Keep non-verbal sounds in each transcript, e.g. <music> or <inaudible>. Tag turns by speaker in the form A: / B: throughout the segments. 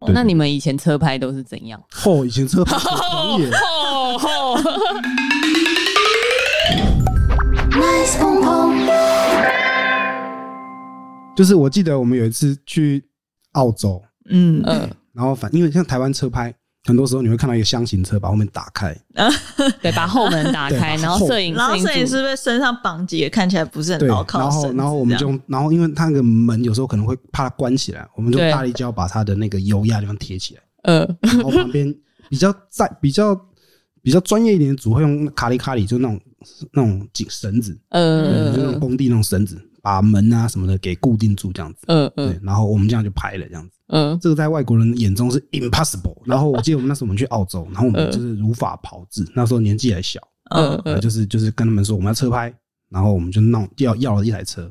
A: 哦
B: 对
A: 那你们以前车拍都是怎样？
C: 哦，以前车
B: <laughs>
C: 牌好狂野，
A: 哦吼！ <laughs>
D: nice 碰碰
C: 就是我记得我们有一次去澳洲，
B: 嗯
A: 嗯，
C: 然后反因为像台湾车拍，很多时候你会看到一个箱型车把后面打开，
A: 对，把后门打开，
C: 对
A: 然后摄影，
B: 然后摄影
A: 组
B: 师被身上绑几个看起来不是很
C: 对，
B: 牢靠
C: 然
B: 的绳子
C: 后然后我们
B: 这
C: 就
B: 样
C: 用然后因为它那个门有时候可能会怕它关起来，我们就
A: 对
C: 大力胶把它的那个油压地方贴
B: <laughs>
C: 起来，
A: 呃，
C: 然后旁边比较在比较比较专业一点的组会用卡里卡里，就那种那种紧绳子，
A: 呃
B: 嗯
C: 就那种工地那种绳子，把门啊什么的给固定住这样子。
A: 呃呃
B: 嗯
C: 对，然后我们这样就拍了这样子。
A: 呃，
C: 这个在外国人眼中是 impossible。然
A: <laughs>
C: 后我记得我们那时候我们去澳洲，然后我
A: 嗯
C: 们就是如法炮制，那时候年纪还小，
A: 呃
C: 呃，就是就是跟他们说我们要车拍，然后我们就弄要要了一台车，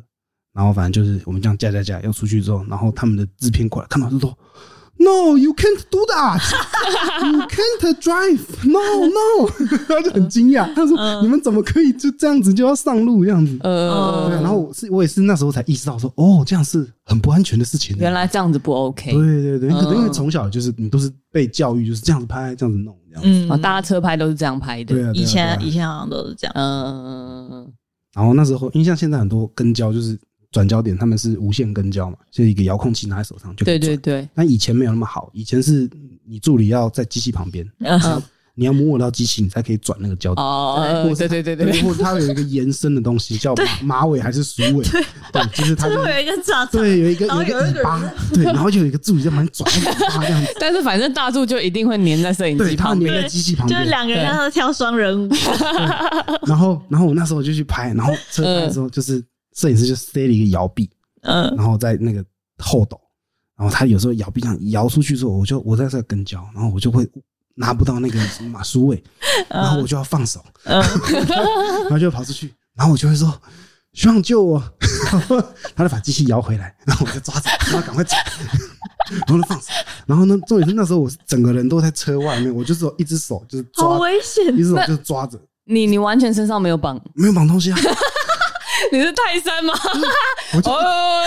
C: 然后反正就是我们这样架架架要出去之后，然后他们的制片过来看到就说。No, you can't do
A: <laughs>
C: that. You can't drive. No, no. <laughs> 他就很惊讶，
A: 嗯
C: 他说：“你们怎么可以就这样子就要上路这样子？”
A: 呃，
C: 对啊，然后我是我也是那时候才意识到说，哦，这样是很不安全的事情。
A: 原来这样子不 OK
C: 对对对，可能因为
A: 嗯
C: 从小就是你都是被教育就是这样子拍，这样子弄，这样子。
B: 嗯
A: 哦，大家车拍都是这样拍
C: 对
A: 的，
C: 啊啊，对啊
B: 以前
C: 对啊
B: 以前好像都是这样，
A: 嗯，
C: 然后那时候，因为像现在很多跟焦就是转焦点，他们是无线跟焦嘛，就是一个遥控器拿在手上就可以
A: 对对
C: 转。
A: 对，
C: 但以前没有那么好，以前是你助理要在机器旁边，
A: <laughs> 嗯，
C: 你要摸到机器，你才可以转那个焦点。哎
A: 哦，呃对对对对对，
C: 或者它有一个延伸的东西叫马尾还是鼠尾，对，就是它
A: <laughs>
B: 就
C: 就是
B: 会有一个长长
C: 对有一个
B: 然后
C: 有一
B: 有
C: 个
B: 一个
C: 尾巴，对，然后就有一个助理在旁边
A: <laughs>
C: 转那个尾巴这样子，
A: <laughs> 但是反正大柱就一定会粘在摄影
C: 对，
A: 机
C: 它
A: 旁边，
C: 粘在机器旁
B: 就
C: 边
B: 是，两个人
A: 对啊
B: 让他跳双人舞，
A: <laughs>
B: <laughs>
C: 然后，然后我那时候就去拍，然后车拍的时候，就是摄影师就塞了一个摇臂，
B: 嗯
C: 然后在那个后斗，然后他有时候摇臂这样摇出去之后，我就我在这跟焦，然后我就会拿不到那个马苏位，然后我就要放手， <laughs>
B: 嗯，
C: 然后就跑出去，然后我就会说。希望救我， <laughs> 然后他就把机器摇回来，然后我就抓着，然后赶快走，然后就放手，然后呢，重点是那时候我是整个人都在车外面，我就只有一只手就是
B: 好
C: 抓，
B: 危险
C: 一只手就抓着，
A: 你你完全身上没有绑，
C: 没有绑东西啊，
A: <laughs> 你是泰山吗？
C: 我
A: <laughs>
C: 就
A: 哦，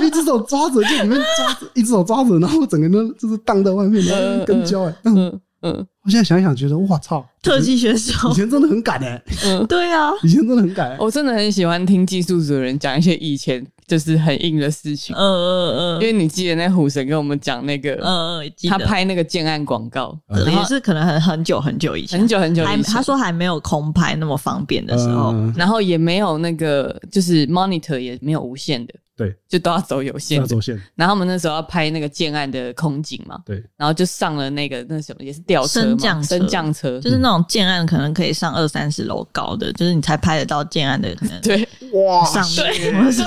C: <laughs> 一只手抓着，就里面抓着，一只手抓着，然后整个人都就是荡在外面，然后跟焦哎、嗯
A: 嗯嗯
C: 我现在想一想，觉得哇操，
B: 特技哦选手
C: <laughs> 以，前真的很敢哎、
A: 嗯，
B: 对啊，
C: 以前真的很敢、欸。
A: <laughs> 我真的很喜欢听技术组的人讲一些以前就是很硬的事情
B: 嗯，嗯
A: 因
B: 嗯
A: 为你记得那虎神跟我们讲那个，
B: 嗯嗯，记得
A: 他拍那个建案广告，
C: 嗯
B: 也是可能很很久很久以前，
A: 很久很久
B: 还
A: 以前
B: 他说还没有空拍那么方便的时哦候，
C: 嗯
A: 然后也没有那个，就是 monitor 也没有无线的，
C: 对，
A: 就都要走有线
C: 要
A: 的。
C: 走线，
A: 然后我们那时候要拍那个建案的空景嘛，
C: 对，
A: 然后就上了那个那什么，也是吊车嘛
B: 升降车
A: 升降车，
B: 就是那种建案可能可以上二三十楼高的，就是你才拍得到建案的可能
A: 对。
C: 哇
B: 上面或者说。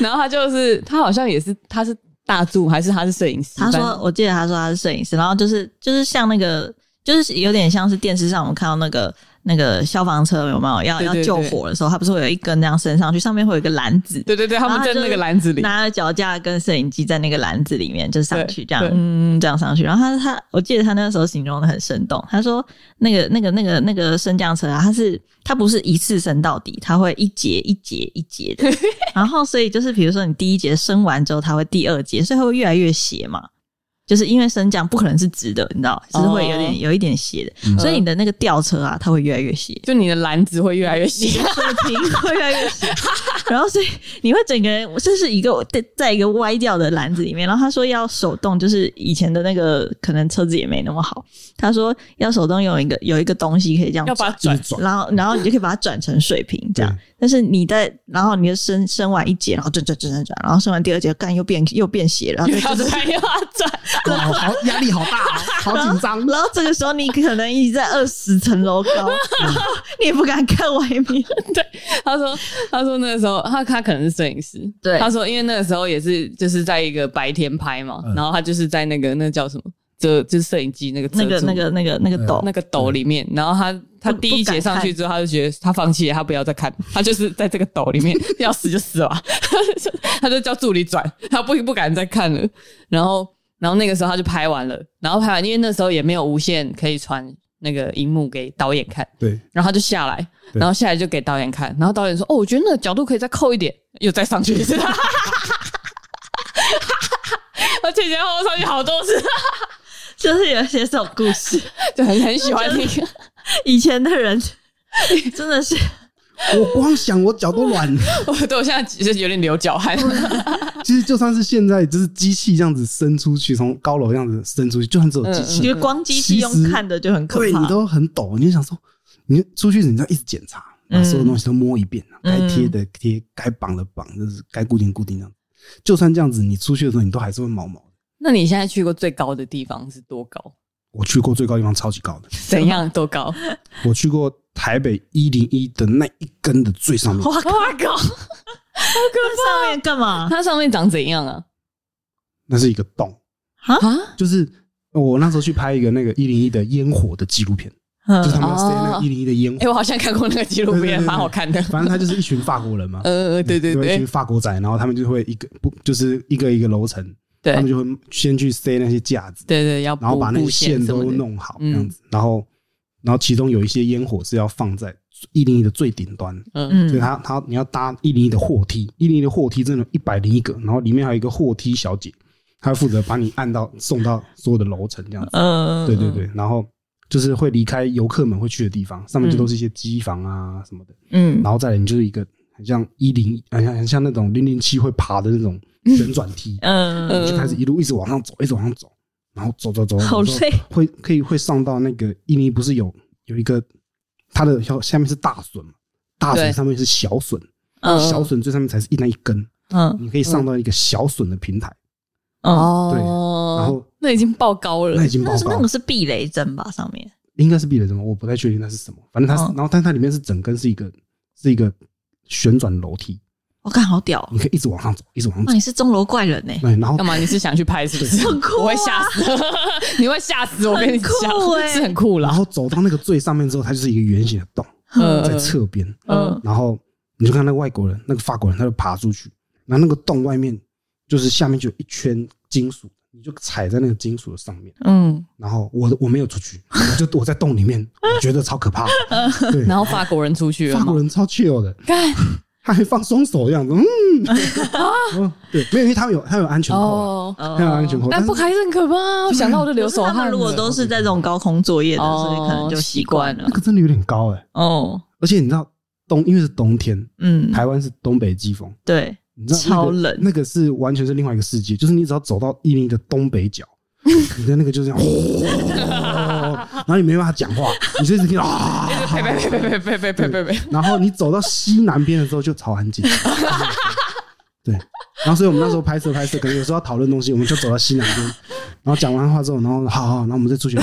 A: 然后他就是他好像也是他是大柱还是他是摄影师？
B: 他
A: 反
B: 说
A: 正，
B: 我记得他说他是摄影师，然后就是就是像那个，就是有点像是电视上我们看到那个那个消防车有没有要
A: 对对对
B: 要救火的时候，它不是会有一根那样伸上去，上面会有一个篮子，
A: 对对对，他们在那个篮子里，
B: 拿了脚架跟摄影机在那个篮子里面就上去，
A: 对
B: 这样
A: 对
B: 嗯这样上去。然后他他我记得他那时候形容的很生动，他说那个那个那个那个升降车啊，它是它不是一次升到底，它会一节一节一节
A: <laughs>
B: 的。然后所以就是比如说你第一节升完之后，它会第二节，所以它会越来越斜嘛。就是因为升降不可能是直的，你知道，就是会有点、
A: 哦
B: 有一点斜的，所以你的那个吊车啊，它会越来越斜。
A: 就你的篮子会越来越
B: 你
A: 细
B: 的。水平会越来越小，然后所以你会整个人就是一个在在一个歪掉的篮子里面。然后他说要手动，就是以前的那个可能车子也没那么好，他说要手动有一个有一个东西可以这样
A: 要把它转
C: 就是转
B: 然后然后你就可以把它转成水平这样。但是你在然后你就升升完一节，然后转转转转转，然后升完第二节，干又变又变斜， <laughs> 然后再
A: 要转又要转，
C: 哇，好压力好
B: <laughs>
C: 大、哦，好紧张。
B: 然后这个时候你可能已经在二十层楼高，然后 <laughs> 你也不敢看外面。
A: 他说，他说那个时候他他可能是摄影师，
B: 对
A: 他说因为那个时候也是就是在一个白天拍嘛，
C: 嗯
A: 然后他就是在那个那个叫什么遮，就是摄影机那个遮
B: <laughs> 那个
A: 住
B: 那个那个那个
C: 嗯
B: 斗，
A: 那个斗里面，然后他他
B: 不
A: 第一节上去之后，他就觉得他放弃了，他不要再看，他就是在这个斗里面 <laughs> 要死就死吧， <laughs> 他就叫助理转，他不不敢再看了，然后然后那个时候他就拍完了，然后拍完因为那时候也没有无线可以传那个荧幕给导演看。
C: 对，
A: 然后他就下来，
C: 对
A: 然后下来就给导演看，然后导演说：“哦，我觉得 <laughs> 那个角度可以再扣一点，又再上去一次。”我我前前后后上去好多次， <laughs>
B: 就是有一些这种故事，
A: 就很很喜欢听。
B: 以前的人真的是
C: 我光想我脚都
B: <laughs>
C: 软。
A: <laughs> 我对我现在其实有点流脚汗。
C: 其实就算是现在，就是机器这样子伸出去，从高楼这样子伸出去，就算只有机器，
B: 觉得光机器
C: 其
B: 用
C: 实
B: 看的就很可
C: 对
B: 怕
C: 你。都很抖，你就想说，你出去你要一直检查，
B: 嗯
C: 把所有东西都摸一遍，啊该贴的贴，该绑的绑，就是该固定固定这样。就算这样子，你出去的时候你都还是会毛毛的。
A: <laughs> 那你现在去过最高的地方是多高？
C: 我去过最高地方超级高的，
A: 怎样多 <laughs> 高？
C: 我去过台北一零一的那一根的最上面，
B: 哇靠！
A: 哇靠！
B: 上面干嘛
A: 它上面长怎样啊？
C: 那是一个洞，
A: 啊？
C: 就是我那时候去拍一个那个一零一的烟火的纪录片，就是他们要塞那
A: 哦
C: 个一零一的烟
A: 哎、
C: 火，
A: 我好像看过那个纪录
C: 对对
A: 片，
C: 对
A: 蛮好看的。
C: 反正他就是一群法国人
B: <laughs>
C: 嘛，
A: 呃，对对
C: 就会一
A: 对
C: 群法国仔，然后他们就会一个不就是一个一个楼层，
A: 对
C: 他们
A: 对
C: 就会先去塞那些架子，
A: 对，要
C: 然后把那
A: 布
C: 些
A: 布线
C: 线
A: 什么
C: 都
A: 的。
C: 弄好这
A: 嗯
C: 样子，然后然后其中有一些烟火是要放在一零一的最顶端，
A: 嗯，
C: 所以
B: 嗯，
C: 他他你要搭一零一的货梯，一零一的货梯真的有一百零一个，然后里面还有一个货梯小姐，她负责把你按到送到所有的楼层这样子。
B: 嗯，
C: 对对，对，然后就是会离开游客们会去的地方，
A: 嗯
C: 上面就都是一些机房啊什么的，
B: 嗯，
C: 然后再来你就是一个很像一零，很像很像那种零零七会爬的那种旋转梯，
B: 嗯，
C: 你就开始一路一直往上走，一直往上走，然后走走走，
B: 好
C: 然后
B: 累
C: 会可以会上到那个印尼不是有有一个它的下下面是大笋嘛，大
A: 对
C: 笋上面是小笋，
B: 嗯
C: 小笋最上面才是一那一根，
B: 嗯
C: 你可以上到一个小笋的平台，
B: 哦，
A: 哦，
C: 然后
A: 那已经爆高了
C: 那已。经爆
B: 嗯那是
C: 高
B: 那
C: 了
B: 个。是避雷针吧？上面
C: 应该是避雷针吧，我不太确定那是什么。反正它是，
B: 嗯
C: 然后但它里面是整根是一个是一个旋转楼梯，
B: 我看好屌哦，
C: 你可以一直往上走，一直往上
B: 哇，
C: 走。
B: 你是钟楼怪人呢，欸
C: 对，然
A: <laughs>
C: 后
A: 干嘛？你是想去拍是不是？
B: 很酷啊
A: 我会吓死，你会吓死 <laughs> 我！我跟你讲
B: 很酷，欸
A: 是很酷
C: 然
A: 啦。
C: 后走到那个最上面之后，它就是一个圆形的洞
A: 嗯
C: 在侧边，
B: 嗯
C: 然后你就看那个外国人，那个法国人，他就爬出去，然后那个洞外面就是下面就有一圈金属，你就踩在那个金属的上面。
B: 嗯，
C: 然后我我没有出去，我就我在洞里面，我觉得超
A: <laughs>
C: 可怕的。对，
A: 嗯然后法国人出去了
C: 法
A: 嘛
C: 国？人超 chill 的，
A: 干
C: 他还放双手的样子，嗯，嗯 <laughs> 对，没有，因为他们有他们有安全扣啊，
A: 啊哦，
C: 他们有安全扣，
A: 但不
C: 是
A: 还是很可怕啊。我想到我就流手
B: 嗯哦可是他
A: 汗
B: 们
A: 了。
B: 如果都是在这种高空作业的，
A: 哦
B: 所以可能就习惯了
C: 那。个真的有点高哎、
B: 哦，
C: 而且你知道冬，因为是冬天，
B: 嗯，
C: 台湾是东北季风，
B: 对，
C: 你知道、那个、
B: 超冷
C: 那个是完全是另外一个世界，就是你只要走到伊犁的东
A: <laughs>
C: 北角。你的那个就是这样，呼然后你没办法讲话，你就一直听到啊，
A: 呸呸呸呸呸呸呸呸呸！
C: 然后你走到西南边的时候就超安静。对，然后所以我们那时候拍摄拍摄，可能有时候要讨论东西，我们就走到西南边，然后讲完话之后，然后好好，然后我们再出去。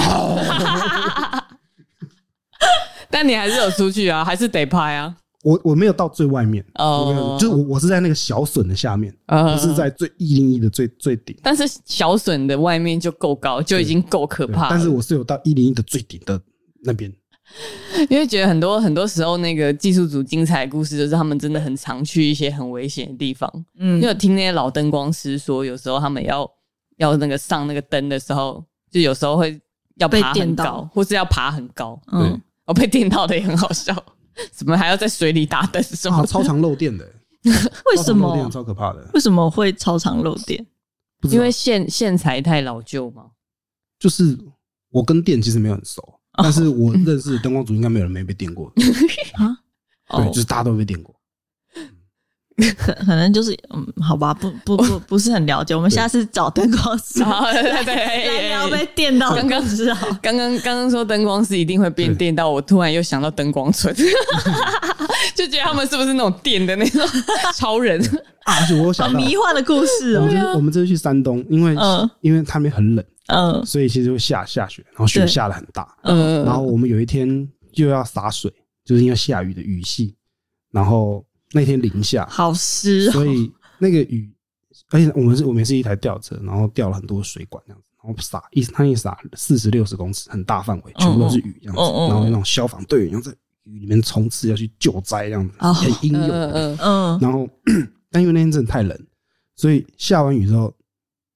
A: <laughs> 但你还是有出去啊，还是得拍啊。
C: 我我没有到最外面，
A: 哦
C: 我没有，就是我我是在那个小笋的下面，
A: 呃
C: 不是在最一零一的最最顶。
A: 但是小笋的外面就够高，就已经够可
C: 对
A: 怕了。
C: 但是我是有到一零一的最顶的那边，
A: 因为觉得很多很多时候，那个技术组精彩的故事，就是他们真的很常去一些很危险的地方。
B: 嗯
A: 因为我听那些老灯光师说，有时候他们要要那个上那个灯的时候，就有时候会要爬
B: 被
A: 很
B: 电
A: 高
B: 到，
A: 或是要爬很高。
B: 嗯，
A: 我、被电到的也很好笑， <laughs> 怎么还要在水里打灯什么
C: 啊，
A: 的？ <laughs>
C: 超常漏电的，
B: <laughs> 为什
C: 超常漏电
B: 么
C: 超可怕的？
B: 为什么会超常漏电？
C: 不知道
A: 因为线线材太老旧嘛。
C: 就是我跟电其实没有很熟，但是我认识的灯光组应该没有人没被电过，
B: 哦
C: 对，，就是大家都被电过。
B: 可可能就是嗯，好吧，不不
A: <laughs>
B: 不不是很了解，我们
C: 对
B: 下次找灯光师 <laughs>
A: 然后哦 <laughs> 对
B: 来
A: 对
B: 聊被电到的
A: 刚刚
B: 故事好。
A: 刚刚刚刚说灯光师一定会变
C: 对
A: 电到我，突然又想到灯光 <laughs> 村，就觉得他们是不是那种电的那种超人？
C: 啊而且我有想
B: 好
C: 到，
B: 迷幻的故事
C: 我
B: 哦
C: 们，这我们这次去山东，因为
B: 嗯
C: 因为他们很冷，
B: 嗯
C: 所以其实会下下雪，然后雪
B: 对
C: 下的很大，
A: 嗯，
C: 然后我们有一天就要洒水，就是因为下雨的雨系，然后那天零下，
B: 好湿哦，
C: 所以那个雨，而且我们是我们是一台吊车，然后吊了很多水管这样子，然后撒一它一撒四十六十公尺，很大范围，全部都是雨这样子，
B: 嗯嗯嗯
C: 然后那种消防队员要在雨里面冲刺要去救灾这样子，
B: 哦
C: 很英勇
A: 嗯
C: 的。
A: 嗯
B: 嗯，
C: 然后 <coughs> 但因为那天真的太冷，所以下完雨之后，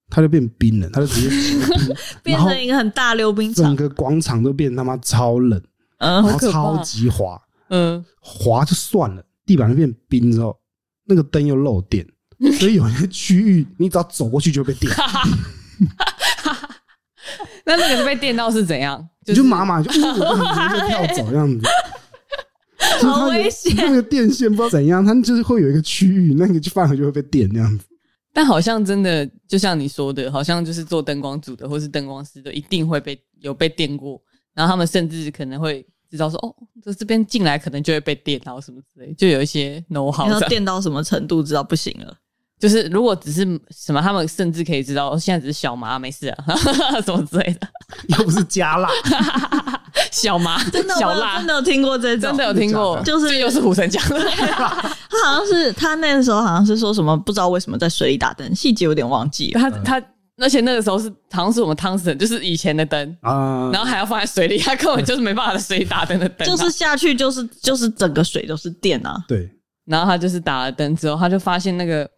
C: 它就变冰了，它就直接
B: <laughs>
C: 结冰
B: 变
C: 然后
B: 成一个很大溜冰
C: 整
B: 场，
C: 个广场都变他妈超冷，
B: 嗯
C: 然后
A: 可怕
C: 超级滑，
A: 嗯，
C: 滑就算了，地板就变冰之
B: <laughs>
C: 后，那个灯又漏电，所以有些区域你只要走过去就会被电。
A: 那那个是被电到是怎样？
C: 你就麻
B: <laughs>
C: 麻就呜，然后就跳走这样子。就是它有
B: 好危险
C: 那个电线不知道怎样，它就是会有一个区域，那个就范围就会被电这样子。
A: 但好像真的就像你说的，好像就是做灯光组的或是灯光师的，一定会被有被电过，然后他们甚至可能会知道说，哦，这这边进来可能就会被电到什么之类，就有一些 no 好
B: 然后
A: 的，
B: 电到什么程度知道不行了？
A: 就是如果只是什么，他们甚至可以知道、哦、现在只是小麻没事啊， <laughs> 什么之类的，
C: 又不是加
B: <laughs>
C: 辣，
A: 小麻
B: 真
A: <laughs>
B: 的，
A: 小
B: 我
A: 辣
B: 真。的有听过这种，
A: 真的有听过，
B: 就是
A: 这又是虎神讲
B: <laughs>
A: 的，
B: 他好像是他那时候好像是说什么不知道为什么在水里打灯，细节有点忘记了。
A: 他他，而且那个时候是好像是我们汤神，就是以前的灯，
C: 啊
A: 然后还要放在水里，他根本就是没办法在水里打灯的灯啊、
B: 就是下去就是就是整个水都是电啊， <laughs>
C: 对，
A: 然后他就是打了灯之后，他就发现那个，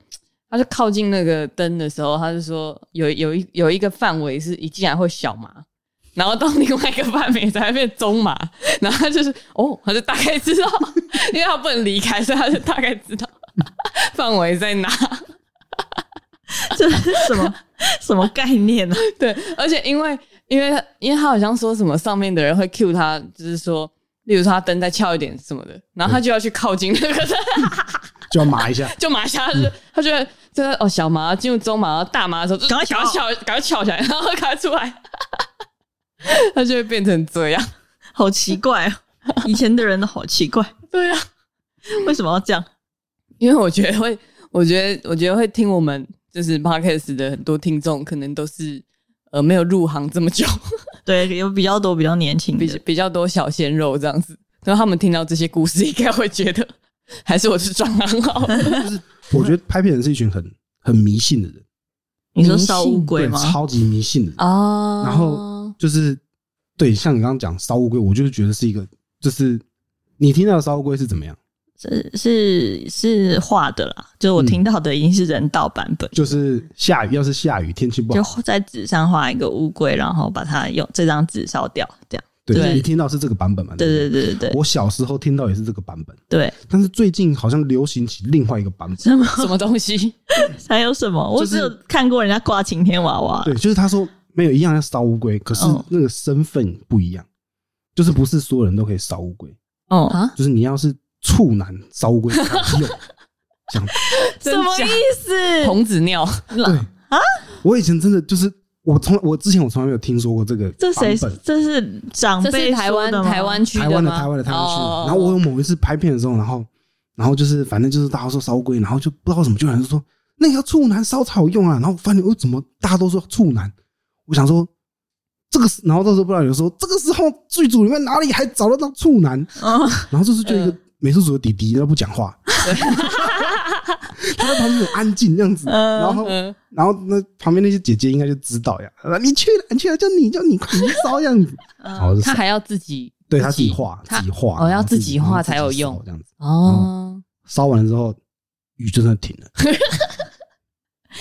A: 他就靠近那个灯的时候，他就说有有一有一个范围是一进来会小麻，然后到另外一个范围才会变中麻，然后他就是哦，他就大概知道， <laughs> 因为他不能离开，所以他就大概知道 <laughs> 范围在哪。
B: 这是什么什么概念啊呢、
A: 对，而且因为因为因为他好像说什么上面的人会 cue 他，就是说，例如说他灯再翘一点什么的，然后他就要去靠近那个灯。
C: 就要麻一
B: <laughs>
C: 下。
A: 就麻一下，他就他觉得这个哦，小麻进入中麻，然后大麻的时候，就
B: 赶快
A: 赶快翘，赶快翘起来，然后赶快出来， <laughs> 他就会变成这样。
B: 好奇怪、哦，以前的人都好奇怪，
A: 对啊，
B: <laughs> 为什么要这样？
A: 因为我觉得会，我觉得我觉得会听我们就是 podcast 的很多听众，可能都是呃没有入行这么久， <laughs>
B: 对，有比较多比较年轻
A: 比
B: 的，
A: 比较多小鲜肉这样子，然后他们听到这些故事，应该会觉得还是我是转行好了。
C: 我觉得拍片人是一群很很迷信的人，
B: 你说烧乌龟
C: 对，
B: 吗？
C: 超级迷信的人。
A: 哦
C: 然后就是对，像你刚刚讲烧乌龟，我就是觉得是一个，就是你听到的烧乌龟是怎么样？
B: 是是是画的啦，就我
C: 嗯
B: 听到的已经是人道版本，
C: 就是下雨，要是下雨天气不好，
B: 就在纸上画一个乌龟，然后把它用这张纸烧掉，这样。
C: 对，
B: 对
C: 你听到是这个版本嘛？
B: 对对
C: 不
B: 对对对
C: 我小时候听到也是这个版本，
B: 对，
C: 但是最近好像流行起另外一个版本。
B: 什么
A: 什么东 <laughs> 西？
B: 还有什么？我
C: 就是
B: 只有看过人家挂晴天娃娃，
C: 对，就是他说没有一样要烧乌龟，可是
B: 嗯
C: 那个身份不一样，就是不是所有人都可以烧乌龟，
B: 嗯，
A: 啊
C: 就是你要是处男烧乌龟才
B: <laughs>
C: 有。这样，
B: 什么
A: 真假
B: 意思？
A: 童子尿，
C: 对啊，我以前真的就是我从我之前我从来没有听说过这个
B: 这谁
C: 版本？？
B: 这是长
A: 这
B: 辈
A: 是台湾
B: 说的吗
A: 台湾区
C: 台湾的
A: 吗？
C: 台湾的台湾区的
A: 哦。
C: 然后我有某一次拍片的时候，然后然后就是反正就是大家说烧乌龟，然后就不知道怎么就有人说那个要处男烧才有用啊。然后我发现我怎么大家都说处男，我想说这个时，然后到时候不知道有人说这个时候剧组里面哪里还找得到处
A: <laughs>
C: 男？
B: 哦，
C: 然后就是就
A: 嗯
C: 一个美术组的弟弟，他不讲话，他在旁边很安静这样子，
B: 嗯
C: 然后
A: 嗯
C: 然后那旁边那些姐姐应该就知道呀，啊你去了，你去了，就你就你快你烧这样子，然后就
A: 他
C: 烧
A: 还要自己
C: 对他自己画，
A: 他
C: 自己画，
A: 哦
C: 然
A: 要
C: 后
A: 自己画
C: 然后
A: 才有
C: 自己
A: 用
C: 烧这样子
A: 哦，
C: 烧完了之后，雨真的停了，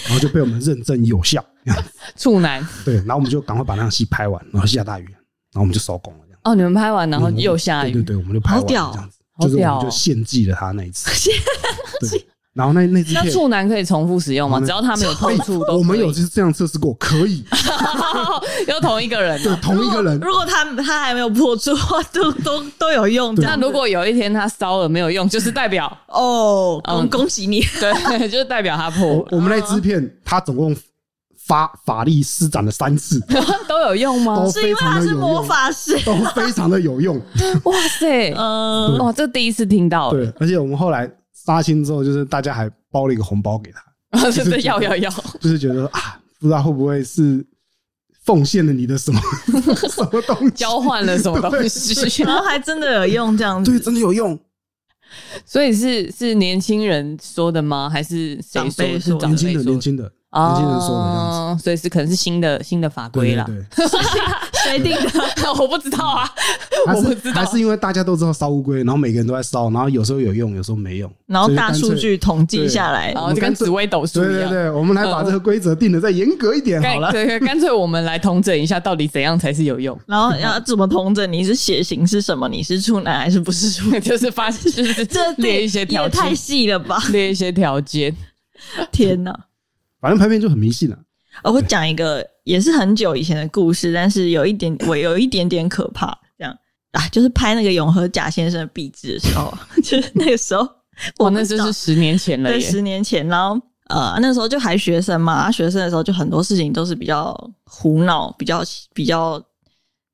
C: 然后就被我们认证有效，这样子
A: 处男
C: 对，然后我们就赶快把那场戏拍完，然后下大雨，然后我们就收工了，这样。
A: 哦，你们拍完然后
C: 嗯
A: 又下
C: 对
A: 雨，
C: 对对，我们就拍完
B: 好
C: 了
B: 屌
C: 这样子，
A: 好
C: 就是
A: 屌
C: 我们
A: 哦
C: 就献祭了他那一次，
A: <laughs>
C: 对，然后那那支
A: 那
C: 片
A: 处男可以重复使用吗？
C: 我们
A: 只要他没有碰触都
C: 我们
A: 可以
C: 有就是这样测试过，可以，
A: <laughs> 又同一个人。啊
C: 对，同一个人，
B: 如果他他还没有破处，都都都有用。这
A: 那
B: 样
A: 如果有一天他烧了没有用，就是代表
B: 哦，恭
A: 嗯
B: 恭喜你，
A: 对， <laughs> 就是代表他破
C: 我我们
A: 嗯
C: 那支片他总共发法力施展了
A: <laughs>
C: 三次，
A: 都有用吗
C: 都？
B: 是因为他是魔法师。
C: 都非常的有用，
A: 哇塞，
B: 嗯，
A: 哇，这第一次听到， <laughs>
C: 对，而且我们后来杀青之后，就是大家还包了一个红包给他，
A: 这这要要要，
C: 就是觉得啊，不知道会不会是奉献了你的
A: <laughs>
C: 什么什么东西，
A: 交换了什么东西？
B: 然后还真的有用，这样
C: 对，
B: 子。
C: 真的有用，
A: <laughs> 所以是是年轻人说的吗？还是谁说的？
B: 长辈
A: 是
B: 说的
A: 长
C: 年轻
A: 辈
C: 的
A: 说
C: 年
A: 的？
C: 轻的年轻人说的这样子。
A: 哦，所以是可能是新的新的法
C: 对
A: 规
C: 对
A: 啦。
C: 对，
A: <laughs>
B: 谁定的？
A: 我不知道
C: <laughs>
A: 啊，
C: 还
A: 我不
C: 是
A: 知道 <laughs>
C: 还是因为大家都知道烧乌龟，然后每个人都在烧，然后有时候有用，有时候没用，
B: 然后大
C: 所以就
B: 数
C: 干脆
B: 据统计下来
A: 然，
C: 我
A: 后
C: 们
A: 就跟
C: 干脆
A: 紫微斗数
C: 对
A: 一
C: 对
A: 样。
C: 对，我们来把这个规则定的再严格一点好
A: 干 <laughs>
C: 了。
A: 对，干脆我们来统整一下，到底怎样才是有用？ <laughs>
B: 然后要怎么统整？你是血型是什么？你是处男还是不是处
A: <laughs>
B: 男？
A: 就是发现就是
B: 这
A: 列一些条
B: 也
A: 件 <laughs>
B: <laughs> 太，细了吧！
A: 列一些条件。
B: 天哪，
C: 反正拍片就很迷信了、
B: 哦我讲一个也是很久以前的故事，但是有一点我有一点点可怕，这样啊，就是拍那个永和贾先生的壁纸的时候， <laughs> 就是那个时候，
A: 哇，
B: 我
A: 哦那就是十年前了
B: 对
A: 耶。
B: 十年前，然后呃那时候就还学生嘛，啊学生的时候就很多事情都是比较胡闹，比较比较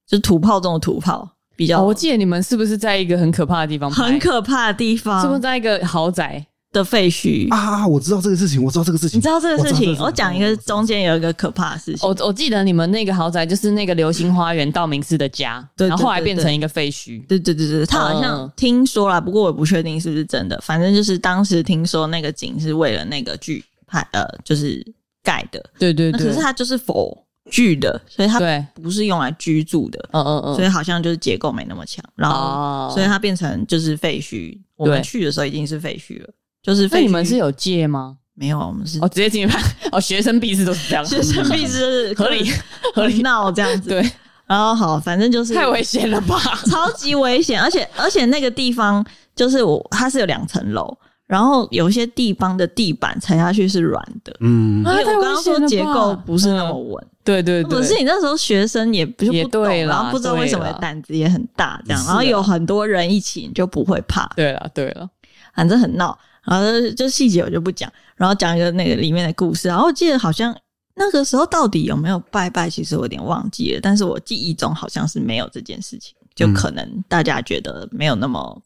B: 就是土炮中的土炮，比较、
A: 哦，我记得你们是不是在一个很可怕的地方拍？
B: 很可怕的地
A: 是不是
B: 方
A: 在一个豪宅？
B: 的废墟。
C: 啊！我知道这个事情，我知道这个事情，
B: 你知道这个事情
C: 知，道
B: 我讲一个
C: 知道
B: 中间有一个可怕的事情，
A: 我我记得你们那个豪宅就是那个流星花园道明寺的家，
B: 对
A: 然后后来
B: 对对
A: 变成一个废墟。
B: 对对对对，他好像
A: 嗯
B: 听说啦，不过我不确定是不是真的。反正就是当时听说那个景是为了那个剧拍呃，就是盖的，
A: 对对
B: 那可
A: 对，
B: 是它就是否剧的，所以它
A: 对，
B: 不是用来居住的，
A: 嗯嗯
B: 所
A: 嗯，
B: 以好像就是结构没那么强，然后
A: 哦
B: 所以它变成就是废墟。我们
A: 对
B: 去的时候已经是废墟了，就是
A: 那
B: 废墟。
A: 你们是有借吗？
B: 没有啊？我们是
A: 哦，直接进去拍。 <laughs> 哦，学生必是都是这样，
B: <laughs> 学生必是
A: 合理 <laughs> 合理
B: 闹这样子。
A: 对，
B: 然后好，反正就是
A: 太危险了吧？
B: 超级危险，而且而且那个地方就是我，它是有两层楼，然后有一些地方的地板踩下去是软的。
C: 嗯，
A: 啊
B: 因为
A: 太
B: 我
A: 危
B: 刚刚
A: 险
B: 说
A: 了
B: 结
A: 吧
B: 构不是那么稳，
A: 嗯对对对，
B: 可是你那时候学生也不就
A: 也
B: 不懂，
A: 对啦
B: 然后不知道为什么
A: 对啦
B: 胆子也很大，这样，
A: 是
B: 然后
A: 啊
B: 有很多人一起，你就不会怕，
A: 对了对了，
B: 反正很闹。然后就就细节我就不讲，然后讲一个那个里面的故事。然后我记得好像那个时候到底有没有拜拜，其实我有点忘记了，但是我记忆中好像是没有这件事情，就
C: 嗯
B: 可能大家觉得没有那么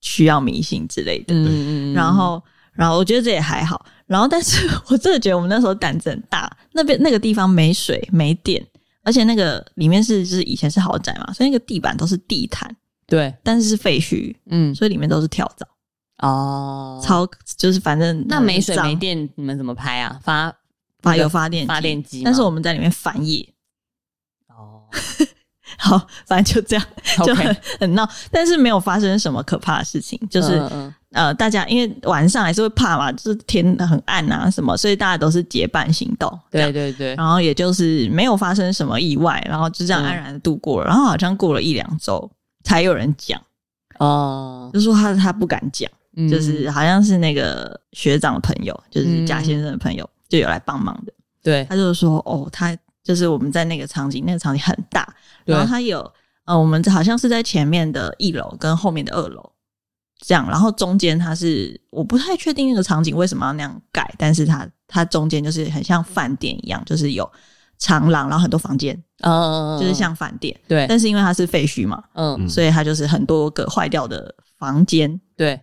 B: 需要迷信之类的。
A: 嗯嗯嗯，
B: 然后，然后我觉得这也还好。然后，但是 <laughs> 我真的觉得我们那时候胆子很大，那边那个地方没水没电，而且那个里面是就是以前是豪宅嘛，所以那个地板都是地毯，
A: 对，
B: 但是是废墟，
A: 嗯
B: 所以里面都是跳蚤。
A: 哦，
B: 超就是反正
A: 那
B: 很
A: 没水
B: 脏
A: 没电，你们怎么拍啊？发
B: 发有发电
A: 发电机吗
B: 但是我们在里面翻页，
A: <laughs> 哦
B: <laughs> 好，反正就这样
A: ，OK，
B: 就很 <laughs> 很闹，但是没有发生什么可怕的事情，就是、
A: 嗯嗯
B: 呃，大家因为晚上还是会怕嘛，就是天很暗啊什么，所以大家都是结伴行动，这样
A: 对。对对，
B: 然后也就是没有发生什么意外，然后就这样
A: 嗯
B: 安然的度过了。然后好像过了一两周，才有人讲，
A: 哦，
B: 就说他他不敢讲，
A: 嗯
B: 就是好像是那个学长的朋友，就是贾先生的朋友，就有来帮忙的。
A: 对
B: 他就说哦，他就是我们在那个场景，那个场景很大，然后
A: 对
B: 他有呃，我们好像是在前面的一楼跟后面的二楼这样，然后中间它是我不太确定那个场景为什么要那样改，但是它它中间就是很像饭店一样，就是有长廊，然后很多房间，
A: 嗯，
B: 就是像饭店，
A: 对，
B: 但是因为它是废墟嘛，
A: 嗯
C: 嗯
B: 所以它就是很多个坏掉的房间。
A: 对，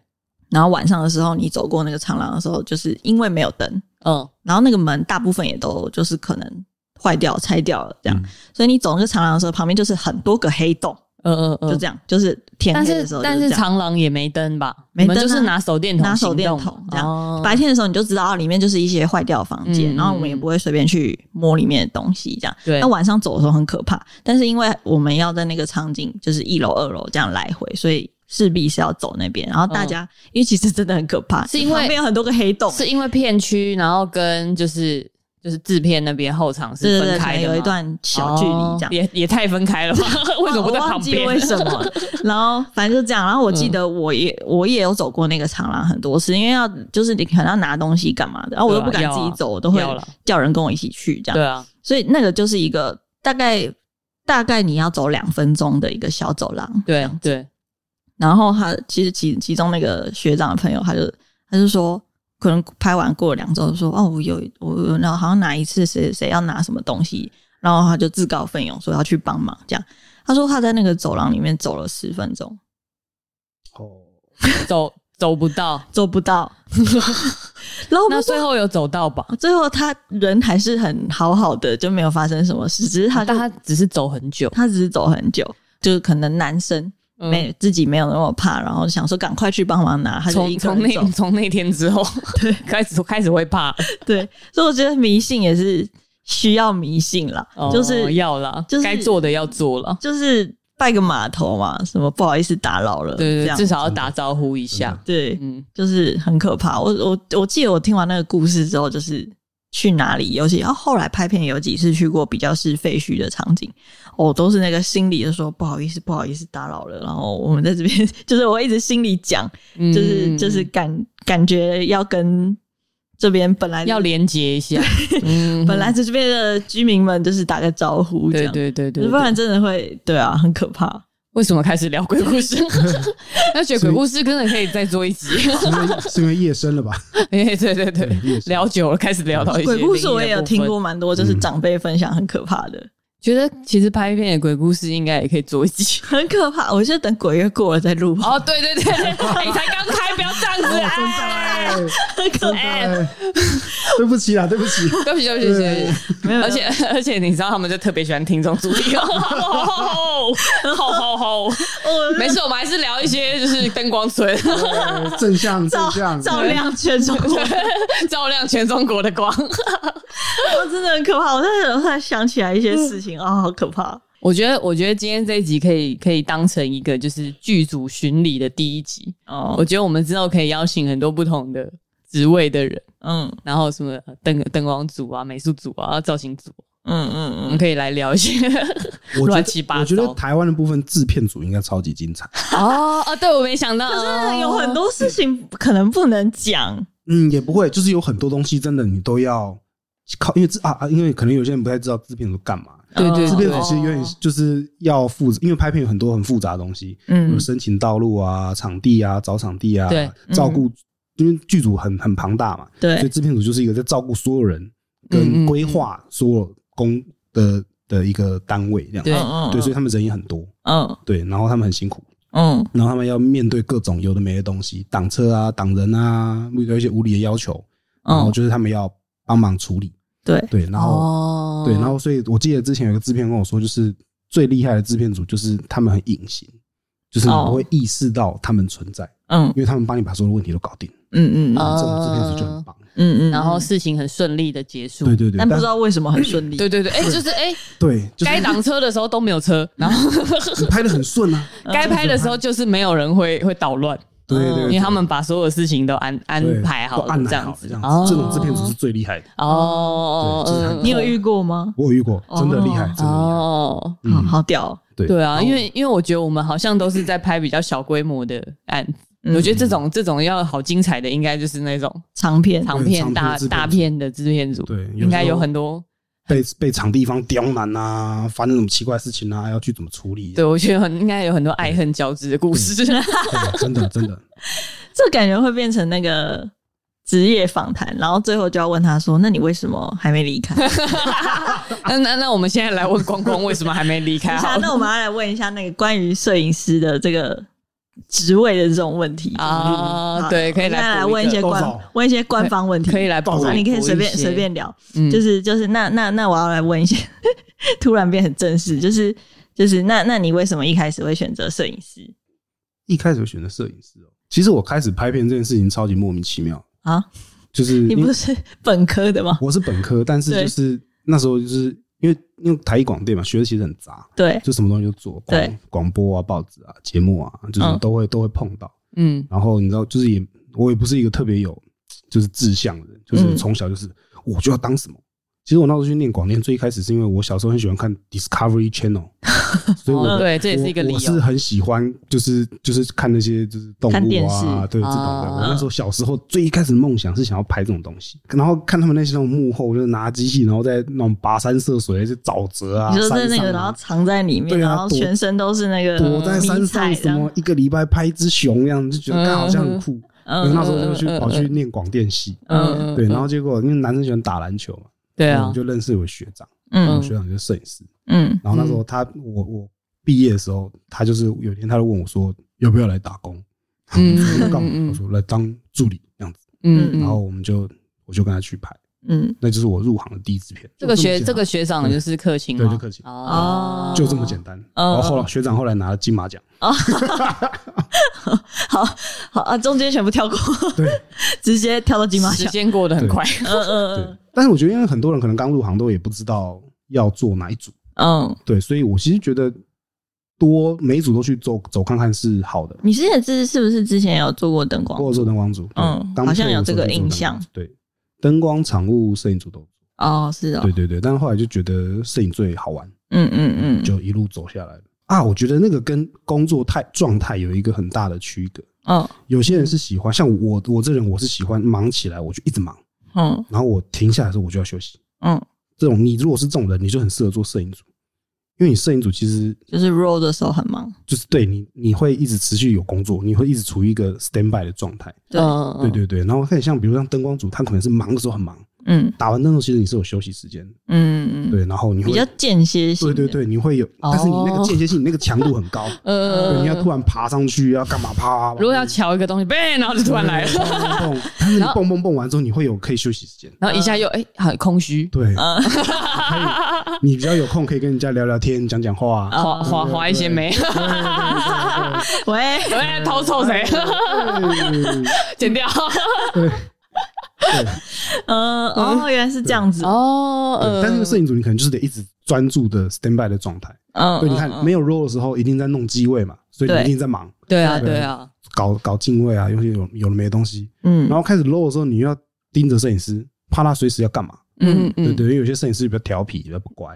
B: 然后晚上的时候，你走过那个长廊的时候，就是因为没有灯，
A: 嗯
B: 然后那个门大部分也都就是可能坏掉、拆掉了这样，
C: 嗯
B: 所以你走那个长廊的时候，旁边就是很多个黑洞，
A: 嗯嗯嗯，
B: 就这样，就是天
A: 但
B: 黑的
A: 是
B: 时候就
A: 但
B: 是
A: 是
B: 这样。
A: 长廊也没灯吧？
B: 没
A: 你们
B: 灯啊
A: 就是拿手电筒
B: 拿手
A: 行
B: 电
A: 动嘛
B: 筒这样
A: 哦
B: 白天的时候你就知道啊里面就是一些坏掉的房间，
A: 嗯
B: 然后我们也不会随便去摸里面的东西，这样。
A: 对
B: 那晚上走的时候很可怕，但是因为我们要在那个场景，就是一楼、二楼这样来回，所以势必是要走那边。然后大家，因为其实真的很可怕，
A: 嗯是因为
B: 旁边有很多个黑洞，
A: 是因为片区，然后跟就是就是制片那边后场
B: 对
A: 是
B: 对
A: 分
B: 对，可
A: 开
B: 能
A: 的吗，
B: 有一段小距离这样
A: 哦。也也太分开了
B: <laughs>
A: 吧？为什么不在
B: 啊
A: 旁
B: 我忘记
A: 边？嗯
B: 为什
A: <laughs>
B: 么？然后反正就这样。然后我记得我也、我也有走过那个长廊很多次，因为要就是你可能要拿东西干嘛的，然后我
A: 对
B: 都
A: 啊
B: 不敢
A: 要
B: 自己
A: 啊
B: 走，我都会
A: 要啦
B: 叫人跟我一起去这
A: 对
B: 样。
A: 啊，
B: 所以那个就是一个大概大概你要走两分钟的一个小走廊。
A: 对对，
B: 然后他其实其其中那个学长的朋友，他就他就说。可能拍完过了两周，说哦，我有我有然后好像哪一次谁谁要拿什么东西，然后他就自告奋勇说要去帮忙，这样。他说他在那个走廊里面走了十分钟，
C: 哦，
A: 走走不到，
B: 做不到。然后我
A: 那
B: 们
A: 最后有走到吧？
B: 最后他人还是很好好的，就没有发生什么事，只是他
A: 哦但
B: 就
A: 他只是走很久，
B: 他只是走很久，就是可能男生
A: 嗯
B: 没、自己没有那么怕，然后想说赶快去帮忙拿，他就一
A: 从
B: 个
A: 从
B: 人
A: 那
B: 走。
A: 从那天之后，对， <laughs> 开始开始会怕，
B: 对，所以我觉得迷信也是需要迷信啦，
A: 哦
B: <laughs> 就是
A: 要啦，
B: 就是
A: 该做的要做了，
B: 就是拜个码头嘛，什么不好意思打扰了，
A: 对
B: 这
A: 对，
B: 样
A: 至少要打招呼一
C: 真
A: 下
C: 的，
B: 对，
A: 嗯，
B: 就是很可怕。我我我记得我听完那个故事之后，就是去哪里，尤其然后后来拍片有几次去过比较是废墟的场景，我、都是那个心里就说不好意思，不好意思打扰了。然后我们在这
A: 嗯
B: <laughs> 边，就是我一直心里讲，
A: 就
B: 就是、就是感感觉要跟这边本来
A: 要连接一
B: <laughs>
A: 下，嗯，
B: 本来这边的居民们就是打个招呼，这
A: 对
B: 样
A: 对对对，
B: 不
A: 对
B: 然真的会对啊，很可怕。
A: 为什么开始聊鬼故 <laughs> 事？那觉得鬼故事真的可以再做一集，
C: 是因为是因为夜深了吧？
A: 哎、 <laughs> 对对对，
C: 夜深
A: 聊久了开始聊到一些
B: 鬼故事我也有
A: 灵异的部分
B: 听过，蛮多，就是
C: 嗯
B: 长辈分享很可怕的，
A: 觉得其实拍片的鬼故事应该也可以做一集。
B: 很可怕。我就等鬼月过了再录
A: <laughs>
B: 吧。
A: 哦，对对 <laughs> 对对，哎你才刚开，不要这样子
C: 哦，真的
A: 啊！
C: <laughs> 哎，
B: 很可
C: 真的哎，对不起啦，对不起，
A: 对不起对不起对不起，
B: 没有，
A: 而且 <laughs> 而且你知道他们就特别喜欢听这种主题 <laughs> 哦，吼吼吼！
B: 我
A: 没事，我们还是聊一些就是灯光 <laughs> 村，
C: 哎正向正
B: 照
C: 向，
B: 照亮全中国，
A: <laughs> 照亮全中国的光。
B: 我真的很可怕。我真的突然想起来一些
A: <laughs>
B: 事情啊，好可怕。
A: 我觉得，我觉得今天这一集可以可以当成一个就是剧组巡礼的第一集。我
B: 哦，
A: 觉得我们之后可以邀请很多不同的职位的人，
B: 嗯
A: 然后什么呃灯灯光组啊、美术组啊、造型组，
B: 嗯
A: 我
B: 嗯
A: 们
B: 嗯，
A: 可以来聊一些
C: 我觉
A: 乱
C: 得
A: 七八
C: 我觉得
A: 糟。
C: 台湾的部分制片组应该超级精彩。
A: 哦哦，对，我没想到，
B: 可是有很多事情可能不能讲，
C: 嗯，也不会，就是有很多东西真的你都要靠，因为制啊啊，因为可能有些人不太知道制片组干嘛。
A: 对对
C: 制
A: 这
C: 片
A: 边
C: 组其实有点就是要负责，因为拍片有很多很复杂的东西，有
B: 嗯
C: 申请道路啊、场地啊、找场地啊
A: 对，
C: 照顾，因为剧组很很庞大嘛，所以
B: 对
C: 制片组就是一个在照顾所有人
A: 嗯嗯
C: 跟
A: 嗯
C: 规划所有工的的一个单位这样。
A: 对
B: 嗯
C: 对，所以他们人也很多，
B: 嗯
C: 对，然后他们很辛苦，
B: 嗯
C: 然后他们要面对各种有的没的东西，挡车啊、挡人啊，遇到一些无理的要求，然后
B: 嗯，
C: 就是他们要帮忙处理。
B: 对
C: 对，然后、
A: 哦
C: 对，然后所以我记得之前有个制片跟我说，就是最厉害的制片组就是他们很隐形，就是你
B: 哦
C: 不会意识到他们存在，
B: 嗯
C: 因为他们帮你把所有的问题都搞定，
B: 嗯嗯嗯
A: 哦
C: 这种制片组就很棒。
B: 嗯嗯，
A: 然后事情很顺利的结束。
C: 对对对，
B: 但不知道为什么很顺利，
A: 对对对，哎、就是哎，
C: 对，就
A: 该、
C: 是
A: 挡车的时候都没有车，然后 <laughs>
C: 你拍的很顺啊，
A: 该拍的时候就是没有人会会捣乱，
C: 对对对，
A: 因为他们把所有事情都安
C: 对
A: 安排好
C: 都安
A: 了，这
C: 排好
A: 样
C: 了
A: 子。
C: 这样
A: 哦
C: 子，这种制片组是最厉害的。
A: 哦，
C: 对就是很
A: 嗯
B: 你有遇过吗？
C: 我有遇过，真的厉害，真的
A: 哦，
C: 厉害。
B: 好
C: 嗯，
B: 好屌哦，
C: 对
A: 对啊，因为因为我觉得我们好像都是在拍比较小规模的案子，
B: 嗯
A: 我觉得这种这种要好精彩的，应该就是那种
B: 长片，
A: 长
C: 长
A: 片
C: 片
A: 大
C: 制片
A: 大
C: 组
A: 片的制片组，
C: 对有
A: 应该
C: 时候
A: 有很多。
C: 被被场地方刁难啊，发生什么奇怪的事情啊，要去怎么处理？
A: 对，我觉得很应该有很多爱恨交织的故事。
C: 对， <laughs> 真的真的，
B: 这感觉会变成那个职业访谈，然后最后就要问他说：“那你为什么还没离开？”
A: <laughs> 那那那我们现在来问光光为什么还没离开
B: 等
A: <laughs> <laughs>
B: 一
A: 好
B: 下
A: 了？
B: 那我们要来问一下那个关于摄影师的这个职位的这种问题
A: 啊
B: 好
A: 对可以
B: 我们
A: 来
B: 再来
A: 补一
B: 问一
A: 个
B: 些
C: 多
B: 官
C: 少
B: 问一些官方问题，
A: 可以来
C: 报
A: 报
C: 告
B: 啊，你可以随便随，便聊，
A: 嗯
B: 就是就是那那那我要来问一些， <laughs> 突然变很正式，就是就是那那你为什么一开始会选择摄影师
C: 一开始我选择摄影师哦。其实我开始拍片这件事情超级莫名其妙，
B: 啊？
C: 就是
B: 你
C: 因
B: 不
C: 为
B: 是本科的吗？
C: 我是本科，但是
B: 对
C: 就是那时候就是因为因为台艺广电嘛，学的其实很杂，
B: 对，
C: 就什么东西都做，
B: 对
C: 广广播啊、报纸啊、节目啊，就是
B: 嗯
C: 都会都会碰到。
A: 嗯，
C: 然后你知道，就是也我也不是一个特别有就是志向的人，
B: 嗯
C: 就是从小就是、我就要当什么。其实我那时候去念广电，最一开始是因为我小时候很喜欢看 Discovery
B: <laughs>
C: Channel，所以我、
A: 哦对这也是一个理由
C: 我。我是很喜欢，就是就是看那些就是动
B: 看
C: 物
B: 电视
C: 啊，对这种的。
A: 啊
C: 我那时候小时候最一开始的梦想是想要拍这种东西，然后看他们那些那种幕后，就是拿机器，然后在那种跋山涉水，就沼泽啊，
B: 你说在那
C: 山上
B: 个，
C: 啊
B: 然后藏在里面，
C: 对啊
B: 然后
C: 躲
B: 全身都是那个
C: 躲在山上
B: 迷彩
C: 什么，一个礼拜拍一只熊，这样就觉得看好像很酷。
B: 嗯
C: 然后那时候就去跑去念广电系，
B: 嗯
A: 嗯
C: 对，然后结果因为男生喜欢打篮球嘛，
A: 对
C: 然后
A: 啊
C: 我，就认识我学长，我
B: 嗯
C: 学长就是摄影师。
B: 嗯
C: 然后那时候他，我我毕业的时候，他就是有一天他就问我说，要不要来打工？
A: 嗯
C: <laughs> 我说干嘛
A: 嗯嗯嗯
C: 我说来当助理这样子。
A: 嗯嗯
C: 然后我们就我就跟他去拍，
B: 嗯，
C: 那就是我入行的第一支片。
A: 这个学
C: 就
A: 这
C: 么
A: 个
C: 简
A: 学长就是克勤吗，
C: 对就克勤
A: 哦
B: 哦，
C: 就这么简单。
B: 嗯
C: 然后后来学长后来拿了金马奖，
B: 好好啊，中间全部跳过，
C: 对
B: <laughs> 直接跳到金马
A: 时
B: 奖。
A: 间过得很快，
B: 嗯嗯
C: 对。但是我觉得因为很多人可能刚入行都也不知道要做哪一组。
B: 嗯嗯，
C: 对，所以我其实觉得多每一组都去走走看看是好的。
B: 你之前是是不是之前有做过灯光
C: 或者做灯光组，对
B: 嗯
C: 刚
B: 好像
C: 退伍
B: 有
C: 的时候
B: 这
C: 就
B: 个
C: 做
B: 印
C: 灯光
B: 象
C: 组。对，灯光、场务、摄影组都，
B: 哦，是哦
C: 对，对对。但是后来就觉得摄影最好玩，
B: 嗯嗯嗯，
C: 就一路走下来了。啊，我觉得那个跟工作态状态有一个很大的区隔。
B: 嗯
C: 有些人是喜欢，像我，我这人我是喜欢忙起来我就一直忙，
B: 嗯
C: 然后我停下来的时候我就要休息。
B: 嗯，
C: 这种你如果是这种人，你就很适合做摄影组，因为你摄影组其实
B: 就是 roll 的时候很忙，
C: 就是对你，你会一直持续有工作，你会一直处于一个 stand by 的状态。
B: 对
A: 嗯
C: 对，对对，然后看像比如像灯光组，他可能是忙的时候很忙，
B: 嗯
C: 打完灯之后其实你是有休息时间的，
B: 嗯嗯，
C: 对，然后你会
B: 比较间歇性
C: 对
B: 的，
C: 对对，你会有，但是你那个间歇性，你那个强度很高，对，
A: 呃
C: 你要突然爬上去，要干嘛啪？
A: 如果要瞧一个东西，嘣，然后就突然来了，
C: 蹦蹦蹦，但是你蹦蹦蹦完之后，你会有可以休息时间，
A: 然后一下又哎，很空虚，
C: 对，
B: 嗯，
C: 你比较有空可以跟人家聊聊天，讲讲
A: <laughs>
C: 话，
A: 划划
C: 嗯对
A: 划一些眉， <laughs>
B: 喂，
A: 哎，偷臭谁？
C: 嗯对
A: 剪掉。
C: 对，
B: 嗯，哦，原来是这样子，
A: 哦，
C: 对，但是摄影组你可能就是得一直专注的 stand by 的状态。
B: 嗯，
C: <laughs> 对，你
B: 嗯
C: 看没有 roll 的时候，一定在弄机位嘛，所以你
B: 对
C: 一定在忙，
A: 对啊，
C: 对
A: 对啊，
C: 搞搞进位啊，有些有有的没的东西。
B: 嗯
C: 然后开始 roll 的时候，你又要盯着摄影师，怕他随时要干嘛。
A: 嗯
C: 对
A: 嗯，
C: 对，因为有些摄影师比较调皮，比较不
B: <laughs>
C: 乖，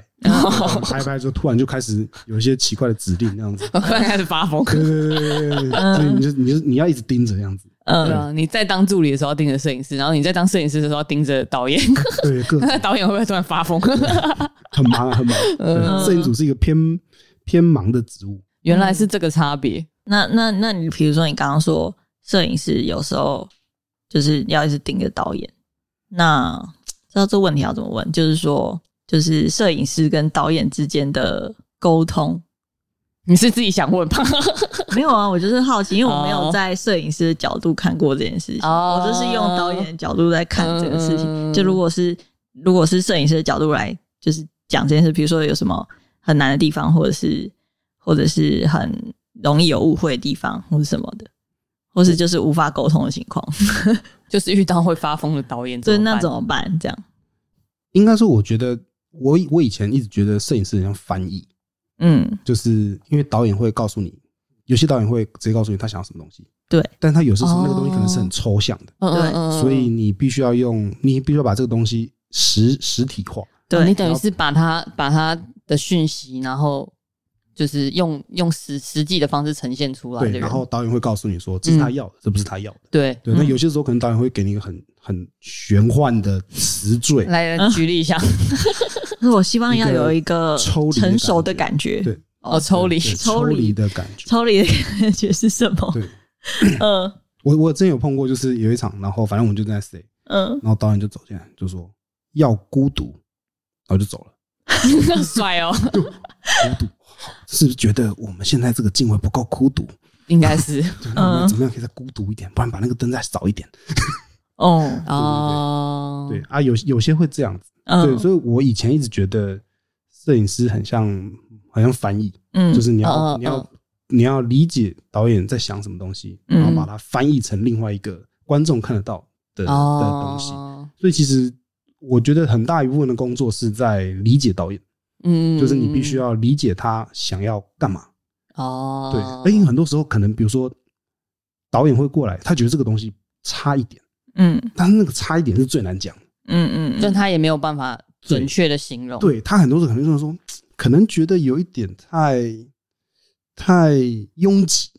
C: 拍一拍就突然就开始有一些奇怪的指令那样
B: <laughs>
C: 子。
A: 我突然开始发疯。
C: 对对对对对对对，所以你就你就你要一直盯着这样子。
A: 对
B: 嗯，
A: 啊，你在当助理的时候要盯着摄影师，然后你在当摄影师的时候要盯着导演， <laughs>
C: 对，
B: <laughs>
C: 各种
A: 那导演会不会突然发疯？
C: 很忙啊，很忙。
B: 嗯
C: 对，摄影组是一个偏偏忙的职务。
A: 原来是这个差别。
B: 那那那你比如说你刚刚说摄影师有时候就是要一直盯着导演，那知道这问题要怎么问？就是说，就是摄影师跟导演之间的沟通。
A: 你是自己想问吧？ <laughs>
B: <laughs> 没有啊，我就是好奇，因为我没有
A: 哦
B: 在摄影师的角度看过这件事情，
A: 哦
B: 我就是用导演的角度在看这个事情。
A: 嗯
B: 就如果是如果是摄影师的角度来，就是讲这件事，比如说有什么很难的地方，或者是或者是很容易有误会的地方，或是什么的，或是就是无法沟通的情况，
A: 就是遇到会发疯的导演，
B: 所以那
A: 办
B: 怎么办？这样，
C: 应该说，我觉得我我以前一直觉得摄影师很像翻译，
B: 嗯，
C: 就是因为导演会告诉你，有些导演会直接告诉你他想要什么东西，
B: 对，
C: 但他有些时候那个东西可能是很抽象的，
A: 嗯嗯嗯
C: 所以你必须要用，你必须要把这个东西实实体化。
A: 哦你
B: 对，
A: 等于是把他把他的讯息，然后就是用用实实际的方式呈现出来的
C: 对，
A: 人，
C: 然后导演会告诉你说，这是他要的，这不是他要的。
A: 对，
C: 对，那有些时候可能导演会给你一个很很玄幻的词缀，
A: 来来举例一下，
B: 那我希望要有一个
C: 抽离的感觉
B: 成熟的感觉，
C: 对，
A: 哦，抽离
C: 对
B: 抽
C: 抽
B: 离
C: 离的感觉。
B: 抽离的感觉是什么？
C: 对，
B: <laughs> 嗯
C: 我我真有碰过，就是有一场，然后反正我们就在 say，
B: 嗯，
C: 然后导演就走进来就说要孤独，然后就走了。
A: <laughs> 帅哦，
C: 孤独是不是觉得我们现在这个敬畏不够孤独？
A: 应该是
C: 对，那我们怎么样可以再孤独一点？不然把那个灯再少一点。
B: 哦，
A: 哦，
C: 对啊，有有些会这样子。对，
B: 嗯
C: 所以我以前一直觉得摄影师很像，好像翻译，
B: 嗯，
C: 就是
A: 嗯
C: 你要
A: 嗯
C: 你要你要理解导演在想什么东西，
B: 嗯
C: 然后把它翻译成另外一个观众看得到的的东西。
A: 哦，
C: 所以其实我觉得很大一部分的工作是在理解导演，
A: 嗯
C: 就是你必须要理解他想要干嘛。对哎
A: 哦，，
C: 而且很多时候可能比如说导演会过来，他觉得这个东西差一点，
B: 嗯
C: 但是那个差一点是最难讲的。
B: 嗯嗯，
A: 但他也没有办法
C: 对
A: 准确的形容，
C: 对他很多时候可能就是说，可能觉得有一点太太拥挤。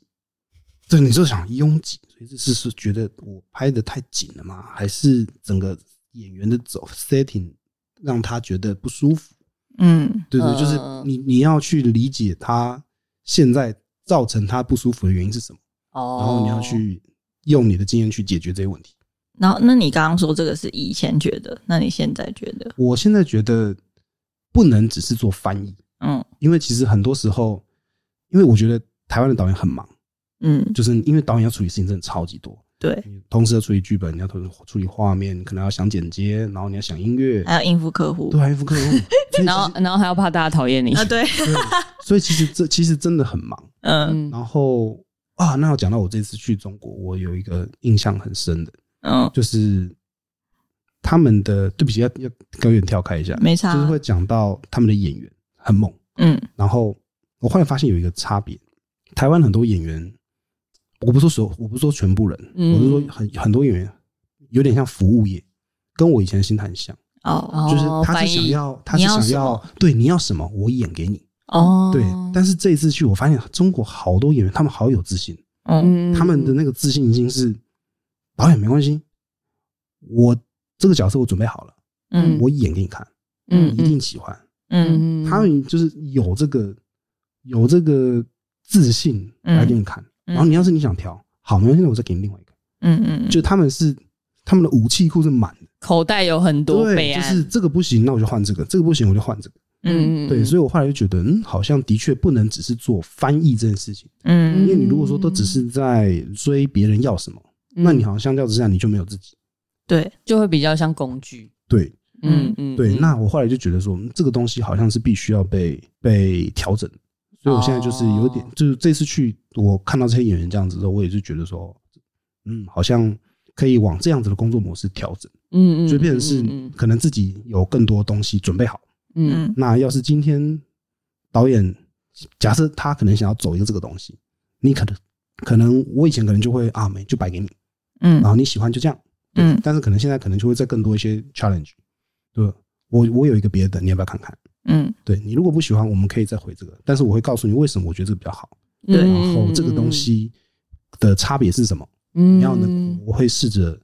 C: 对，你就想拥挤，所以这是是觉得我拍的太紧了吗？还是整个演员的走 setting 让他觉得不舒服？
B: 嗯
C: 对对，就是
A: 嗯嗯嗯
C: 你你要去理解他现在造成他不舒服的原因是什么，
A: 哦，
C: 然后你要去用你的经验去解决这些问题。
B: 然后，那你刚刚说这个是以前觉得，那你现在觉得？
C: 我现在觉得不能只是做翻译，
B: 嗯
C: 因为其实很多时候，因为我觉得台湾的导演很忙，
B: 嗯，
C: 就是因为导演要处理事情真的超级多，
B: 对，
C: 你同时要处理剧本，你要同时处理画面，你可能要想剪接，然后你要想音乐，
B: 还要应付客户
C: 对，啊还有
A: <laughs>
C: 客户，哦所以
A: 然后然后还要怕大家讨厌你
B: 啊，，对，
C: 其实所以其实这其实真的很忙。
B: 嗯
A: 嗯
C: 然后啊，那要讲到我这次去中国，我有一个印象很深的，
B: 嗯
C: 就是他们的对不起，要要高远跳开一下，
B: 没差
C: 就是会讲到他们的演员很猛。
B: 嗯
C: 然后我后来发现有一个差别，台湾很多演员，我不说所有，我不说全部人，
A: 嗯
C: 我是说很很多演员有点像服务业，跟我以前的心态很像，
B: 哦
A: 哦
C: 就是他
A: 翻
C: 是
A: 译
C: 想要，他是
B: 你要
C: 想
B: 什
C: 要
B: 么，
C: 对你要什么我演给你，
A: 哦，
C: 对。但是这一次去，我发现中国好多演员他们好有自信，
B: 嗯
A: 嗯
C: 他们的那个自信已经是导演没关系，我这个角色我准备好了，
B: 嗯
C: 我演给你看，你
A: 嗯
C: 一定喜欢。
B: 嗯
A: 嗯
C: 他们就是有这个有这个自信来给你看，
B: 嗯
C: 然后你要是你想调，好，没关系，那我再给你另外一个。
B: 嗯嗯，
C: 就他们是他们的武器库是满的，
A: 口袋有很多备
C: 对，就
A: 案，
C: 是这个不行，那我就换这个，这个不行我就换这个。
B: 嗯
C: 对，所以我后来就觉得，嗯，好像的确不能只是做翻译这件事情，因
B: 嗯
C: 为你如果说都只是在追别人要什么，
A: 嗯
C: 那你好像相较之下你就没有自己。
B: 对，
A: 就会比较像工具。
C: 对
A: 嗯嗯，
C: 对，
A: 嗯
C: 那我后来就觉得说，嗯这个东西好像是必须要被被调整的，所以我现在就是有点，
A: 哦
C: 就是这次去我看到这些演员这样子之后，我也是觉得说，嗯，好像可以往这样子的工作模式调整，
A: 嗯嗯，
C: 就变成是
A: 嗯
C: 可能自己有更多东西准备好。
A: 嗯
B: 嗯
C: 那要是今天导演假设他可能想要走一个这个东西，你可能可能我以前可能就会啊没就摆给你，
B: 嗯
C: 然后你喜欢就这样，对
B: 嗯
C: 但是可能现在可能就会再更多一些 challenge，对吧我我有一个别的，你要不要看看？
B: 嗯
C: 对你如果不喜欢，我们可以再回这个，但是我会告诉你为什么我觉得这个比较好，
A: 嗯，
B: 对
A: 嗯嗯
C: 然后这个东，西的差别是什么，
A: 你
C: 你要能我会试着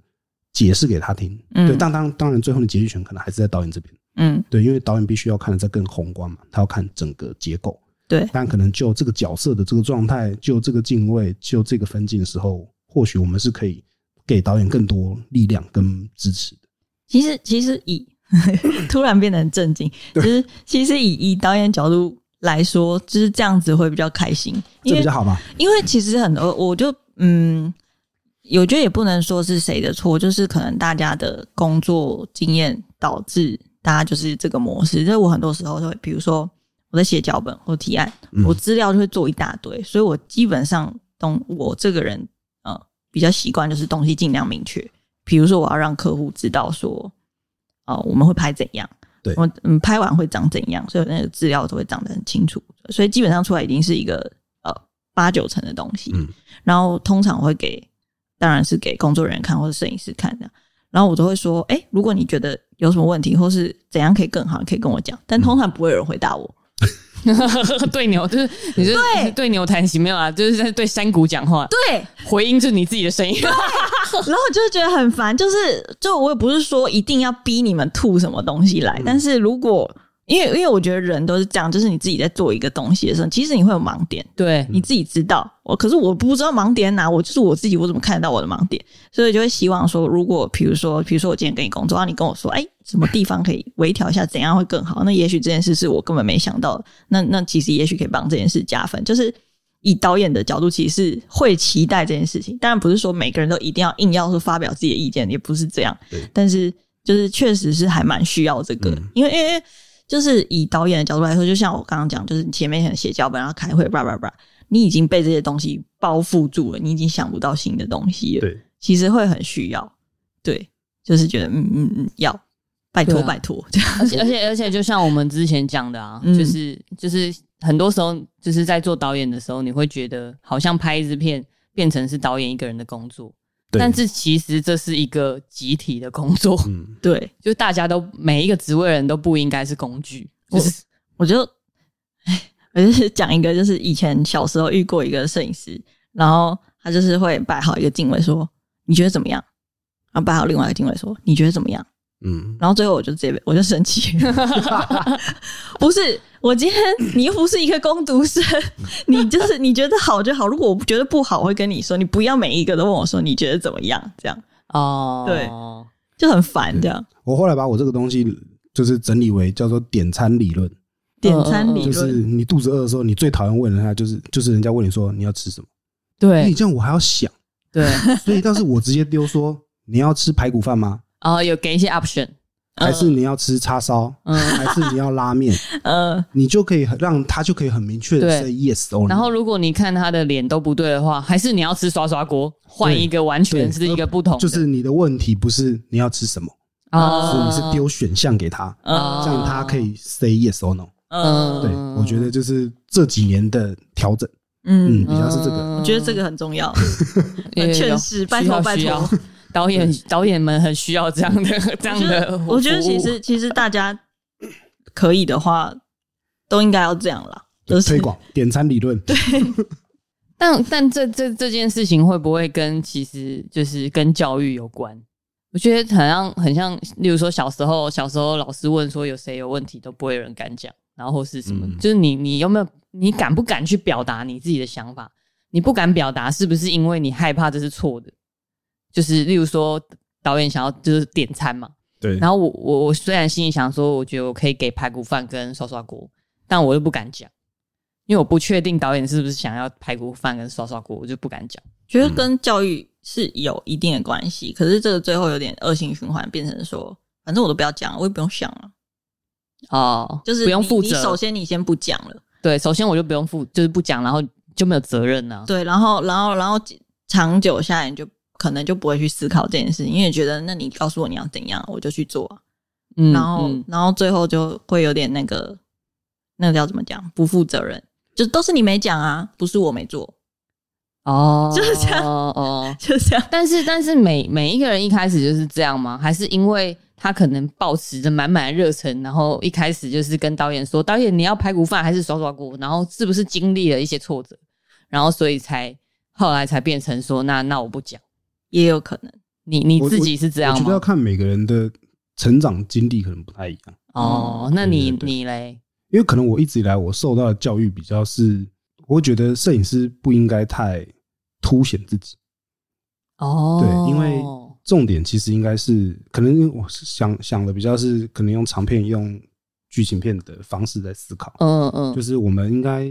C: 解释给他听，
B: 嗯
C: 对，但当当然最后的决定权可能还是在导演这边。
B: 嗯
C: 对，因为导演必须要看得再更宏观嘛，他要看整个结构。
B: 对
C: 但可能就这个角色的这个状态，就这个敬畏，就这个分镜的时候，或许我们是可以给导演更多力量跟支持的。
B: 其实其实以 <laughs> 突然变得很震惊，就是其实以以导演角度来说，就是这样子会比较开心，
C: 这
B: 因为
C: 比较好吧？
B: 因为其实很多呃我就嗯，我觉得也不能说是谁的错，就是可能大家的工作经验导致大家就是这个模式。就是我很多时候都会，比如说我在写脚本或提案，
C: 嗯
B: 我资料就会做一大堆，所以我基本上东我这个人呃比较习惯就是东西尽量明确，比如说我要让客户知道说，呃我们会拍怎样，
C: 对
B: 我嗯拍完会长怎样，所以那个资料都会长得很清楚，所以基本上出来一定是一个呃八九成的东西，
C: 嗯
B: 然后通常会给当然是给工作人员看或者摄影师看的，然后我都会说，哎、如果你觉得有什么问题或是怎样可以更好，你可以跟我讲，但通常不会有人回答我，
A: <laughs>
C: 嗯
A: 对牛，就是你就是
B: 对
A: 你是对牛弹琴没有啊，就是在对山谷讲话，
B: 对，
A: 回音就是你自己的声音。
B: <laughs> 然后我就会觉得很烦，就是就我也不是说一定要逼你们吐什么东西来，但是如果因为因为我觉得人都是这样，就是你自己在做一个东西的时候，其实你会有盲点，
A: 对，
C: 嗯
B: 你自己知道，我可是我不知道盲点哪，我就是我自己，我怎么看得到我的盲点？所以就会希望说，如果比如说，比如说我今天跟你工作，然后你跟我说，哎，什么地方可以微调一下，怎样会更好？那也许这件事是我根本没想到的，那那其实也许可以帮这件事加分，就是。以导演的角度，其实是会期待这件事情。当然不是说每个人都一定要硬要说发表自己的意见，也不是这样
C: 对。
B: 但是就是确实是还蛮需要这个，
C: 嗯
B: 因为因为因为就是以导演的角度来说，就像我刚刚讲，就是你前面想写脚本，然后开会，叭叭叭，你已经被这些东西包覆住了，你已经想不到新的东西了。
C: 对，
B: 其实会很需要，对，就是觉得嗯嗯嗯，要拜托、
A: 对啊
B: 拜托， <laughs> 这样
A: 而且而且而且，就像我们之前讲的啊，
B: 嗯
A: 就是就是很多时候就是在做导演的时候，你会觉得好像拍一支片变成是导演一个人的工作，
C: 对
A: 但是其实这是一个集体的工作，
C: 嗯，
B: 对
A: 就大家都每一个职位的人都不应该是工具，就是
B: 我就， <laughs> 哎，我就是讲一个，就是以前小时候遇过一个摄影师，然后他就是会摆好一个敬位说你觉得怎么样，然后摆好另外一个敬位说你觉得怎么样，
C: 嗯，
B: 然后最后我就直接被我就生气，不是我今天你又不是一个工读生，你就是你觉得好就好，如果我觉得不好，我会跟你说，你不要每一个都问我说你觉得怎么样，这样
A: 哦，
B: 对就很烦这样。
C: 我后来把我这个东西就是整理为叫做点餐理论，
B: 点餐理
C: 嗯就
B: 论，
C: 是你肚子饿的时候，你最讨厌问人家就是就是人家问你说你要吃什么，你
A: 对
C: 这样我还要想，
A: 对，
C: 所以但是我直接丢说你要吃排骨饭吗？
A: 然后哦有给一些 option，
C: 还是你要吃叉烧，
A: 嗯
C: 还是你要拉面，
B: 呃，
C: 你就可以很让他就可以很明确的
A: 对
C: say yes or no。
A: 然后如果你看他的脸都不对的话，还是你要吃刷刷锅，换一个完全是一个不同的，
C: 就是你的问题不是你要吃什么，是
A: 哦
C: 你是丢选项给他，
B: 呃
C: 这样他可以 say yes or no。
B: 呃，
C: 对，
A: 嗯
C: 我觉得就是这几年的调整，
B: 嗯
C: 嗯，比较是这个。
A: 哦
B: 我觉得这个很重要，
A: 也有
B: 劝世，拜托拜。
A: 需要
B: 托
A: 需。要导演导演们很需要这样的 <laughs> 这样
B: 我觉
A: 的
B: 得
A: 服务，
B: 我觉得其实其实大家可以的话，都应该要这样啦，就是
C: 推广点餐理论，对，
A: 但但这这这件事情会不会跟其实就是跟教育有关？我觉得好像很像，例如说小时候，小时候老师问说有谁有问题，都不会有人敢讲，然后是什么，
C: 嗯
A: 就是你你有没有，你敢不敢去表达你自己的想法？你不敢表达，是不是因为你害怕这是错的？就是例如说导演想要就是点餐嘛，
C: 对，
A: 然后我我我虽然心里想说，我觉得我可以给排骨饭跟刷刷锅，但我又不敢讲，因为我不确定导演是不是想要排骨饭跟刷刷锅，我就不敢讲。
B: 觉得跟教育是有一定的关系，可是这个最后有点恶性循环，变成说，反正我都不要讲，我也不用想了，
A: 哦，
B: 就是
A: 不用
B: 你
A: 负
B: 你
A: 责。
B: 首先你先不讲了，
A: 对，首先我就不用负，就是不讲，然后就没有责任啊呢、
B: 对，然后然后然后长久下来，你就可能就不会去思考这件事情，因为觉得那你告诉我你要怎样，我就去做啊、
A: 嗯，
B: 然后、
A: 嗯
B: 然后最后就会有点那个那个叫怎么讲，不负责任，就都是你没讲啊，不是我没做，
A: 哦，
B: 就是这样
A: 哦哦。
B: 就这样。
A: 但是，但是每每一个人一开始就是这样吗？还是因为他可能抱持着满满的热忱，然后一开始就是跟导演说：“导演，你要排骨饭还是刷刷锅？”然后是不是经历了一些挫折，然后所以才后来才变成说：“那那我不讲。
B: 也有可能，
A: 你”你
C: 我
A: 自己是这样
C: 我觉得要
A: 吗？
C: 看每个人的成长经历可能不太一样，
A: 哦，那你
C: 嗯对对对
A: 你嘞？
C: 因为可能我一直以来我受到的教育比较是，我会觉得摄影师不应该太凸显自己，
A: 哦，
C: 对，因为重点其实应该是，可能我是想想的比较是，可能用长片用剧情片的方式在思考，
A: 嗯嗯，
C: 就是我们应该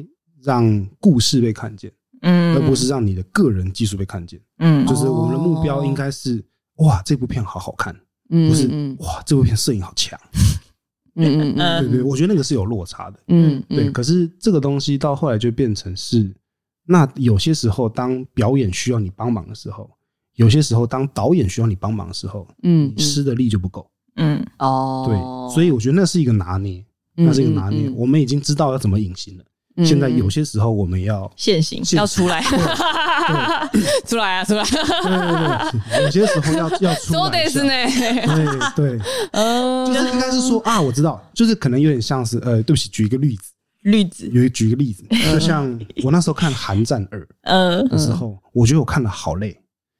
C: 让故事被看见，
B: 嗯
C: 而不是让你的个人技术被看见。
B: 嗯
C: 就是我们的目
A: 哦
C: 标应该是，哇，这部片好好看，
A: 嗯
C: 不是
A: 嗯
C: 哇，这部片摄影好强。
A: 嗯嗯嗯，
C: <laughs> 对对，我觉得那个是有落差的。
A: 嗯
C: 对，
A: 嗯
C: 可是这个东西到后来就变成是，那有些时候当表演需要你帮忙的时候，有些时候当导演需要你帮忙的时候，
A: 嗯
C: 你施的力就不够。
B: 嗯。
A: 哦，
C: 对，所以我觉得那是一个拿捏，
A: 嗯
C: 那是一个拿捏。
A: 嗯
C: 我们已经知道要怎么隐形了，
A: 嗯
C: 现在有
A: 嗯
C: 些时候我们要
B: 现行，
A: 要出
C: <laughs>
A: 来， <laughs> 出来啊，出来，
C: 对对对，有些时候要要
A: <laughs>
C: 出
A: 说
C: 来
A: 的
C: 一下嗯
A: 是呢，
C: 对对，
A: 嗯，
C: 就是应该是说啊，我知道，就是可能有点像是呃，对不起，举一个例子，
B: 绿子，
C: 有举一个例子，就像我那时候看《寒战二》
B: 嗯
C: 的时候，我觉得我看了好累，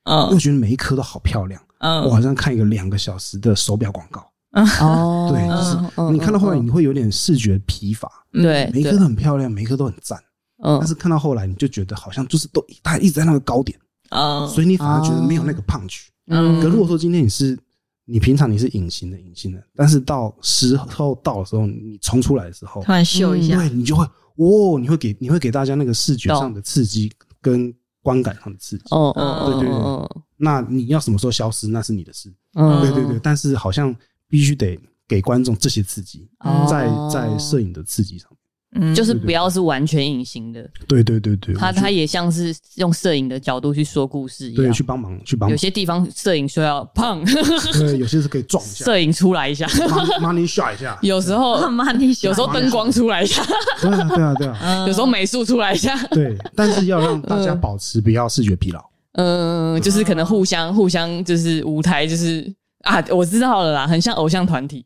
C: 又
B: 嗯
C: 觉得每一颗都好漂亮，我
B: 嗯
C: 好像看一个两个小时的手表广告。
A: 哦嗯
C: 对，
B: 嗯
C: 就是你看到后来，你会有点视觉疲乏，
B: 哎
A: 对，
C: 每一颗都很漂亮，每一颗都很赞，
A: 嗯
C: 但是看到后来，你就觉得好像就是都它一直在那个高点，
B: 嗯，啊
C: 所以你反而觉得没有那个 punch。
A: 嗯
C: 可如果说今天你是你平常你是隐形的隐形的，但是到时候到的时候，你冲出来的时候
B: 突，然秀一下，
C: 对你就会哦，你会给你会给大家那个视觉上的刺激跟观感上的刺激。
A: 哦哦哦
C: 那你要什么时候消失，那是你的事。
A: 哦，
C: 对对对，，但是好像必须得给观众这些刺激，
A: 哦
C: 在在摄影的刺激上面。
B: 嗯
A: 就是不要是完全隐形的，
C: 对对对对，
A: 他
C: 我觉得
A: 他也像是用摄影的角度去说故事一
C: 对
A: 样
C: 去。帮忙去帮
A: 有
C: 忙，
A: 些地方摄影说要胖，
C: <laughs> 对有些是可以撞一下
A: 摄影出来一下，
C: ，money shot 一下。
A: 有时
C: <laughs>
A: 候
B: 妈你
A: <laughs>
B: 喜
A: 有
B: 欢
A: 时候灯光出来一下，
C: 对啊对啊对啊，
B: 嗯
A: 有时候美术出来一下，
C: 对，但是要让大家保持不要视觉疲劳。
A: 嗯，就是可能互相互相就是舞台就是啊，我知道了啦，很像偶像团体。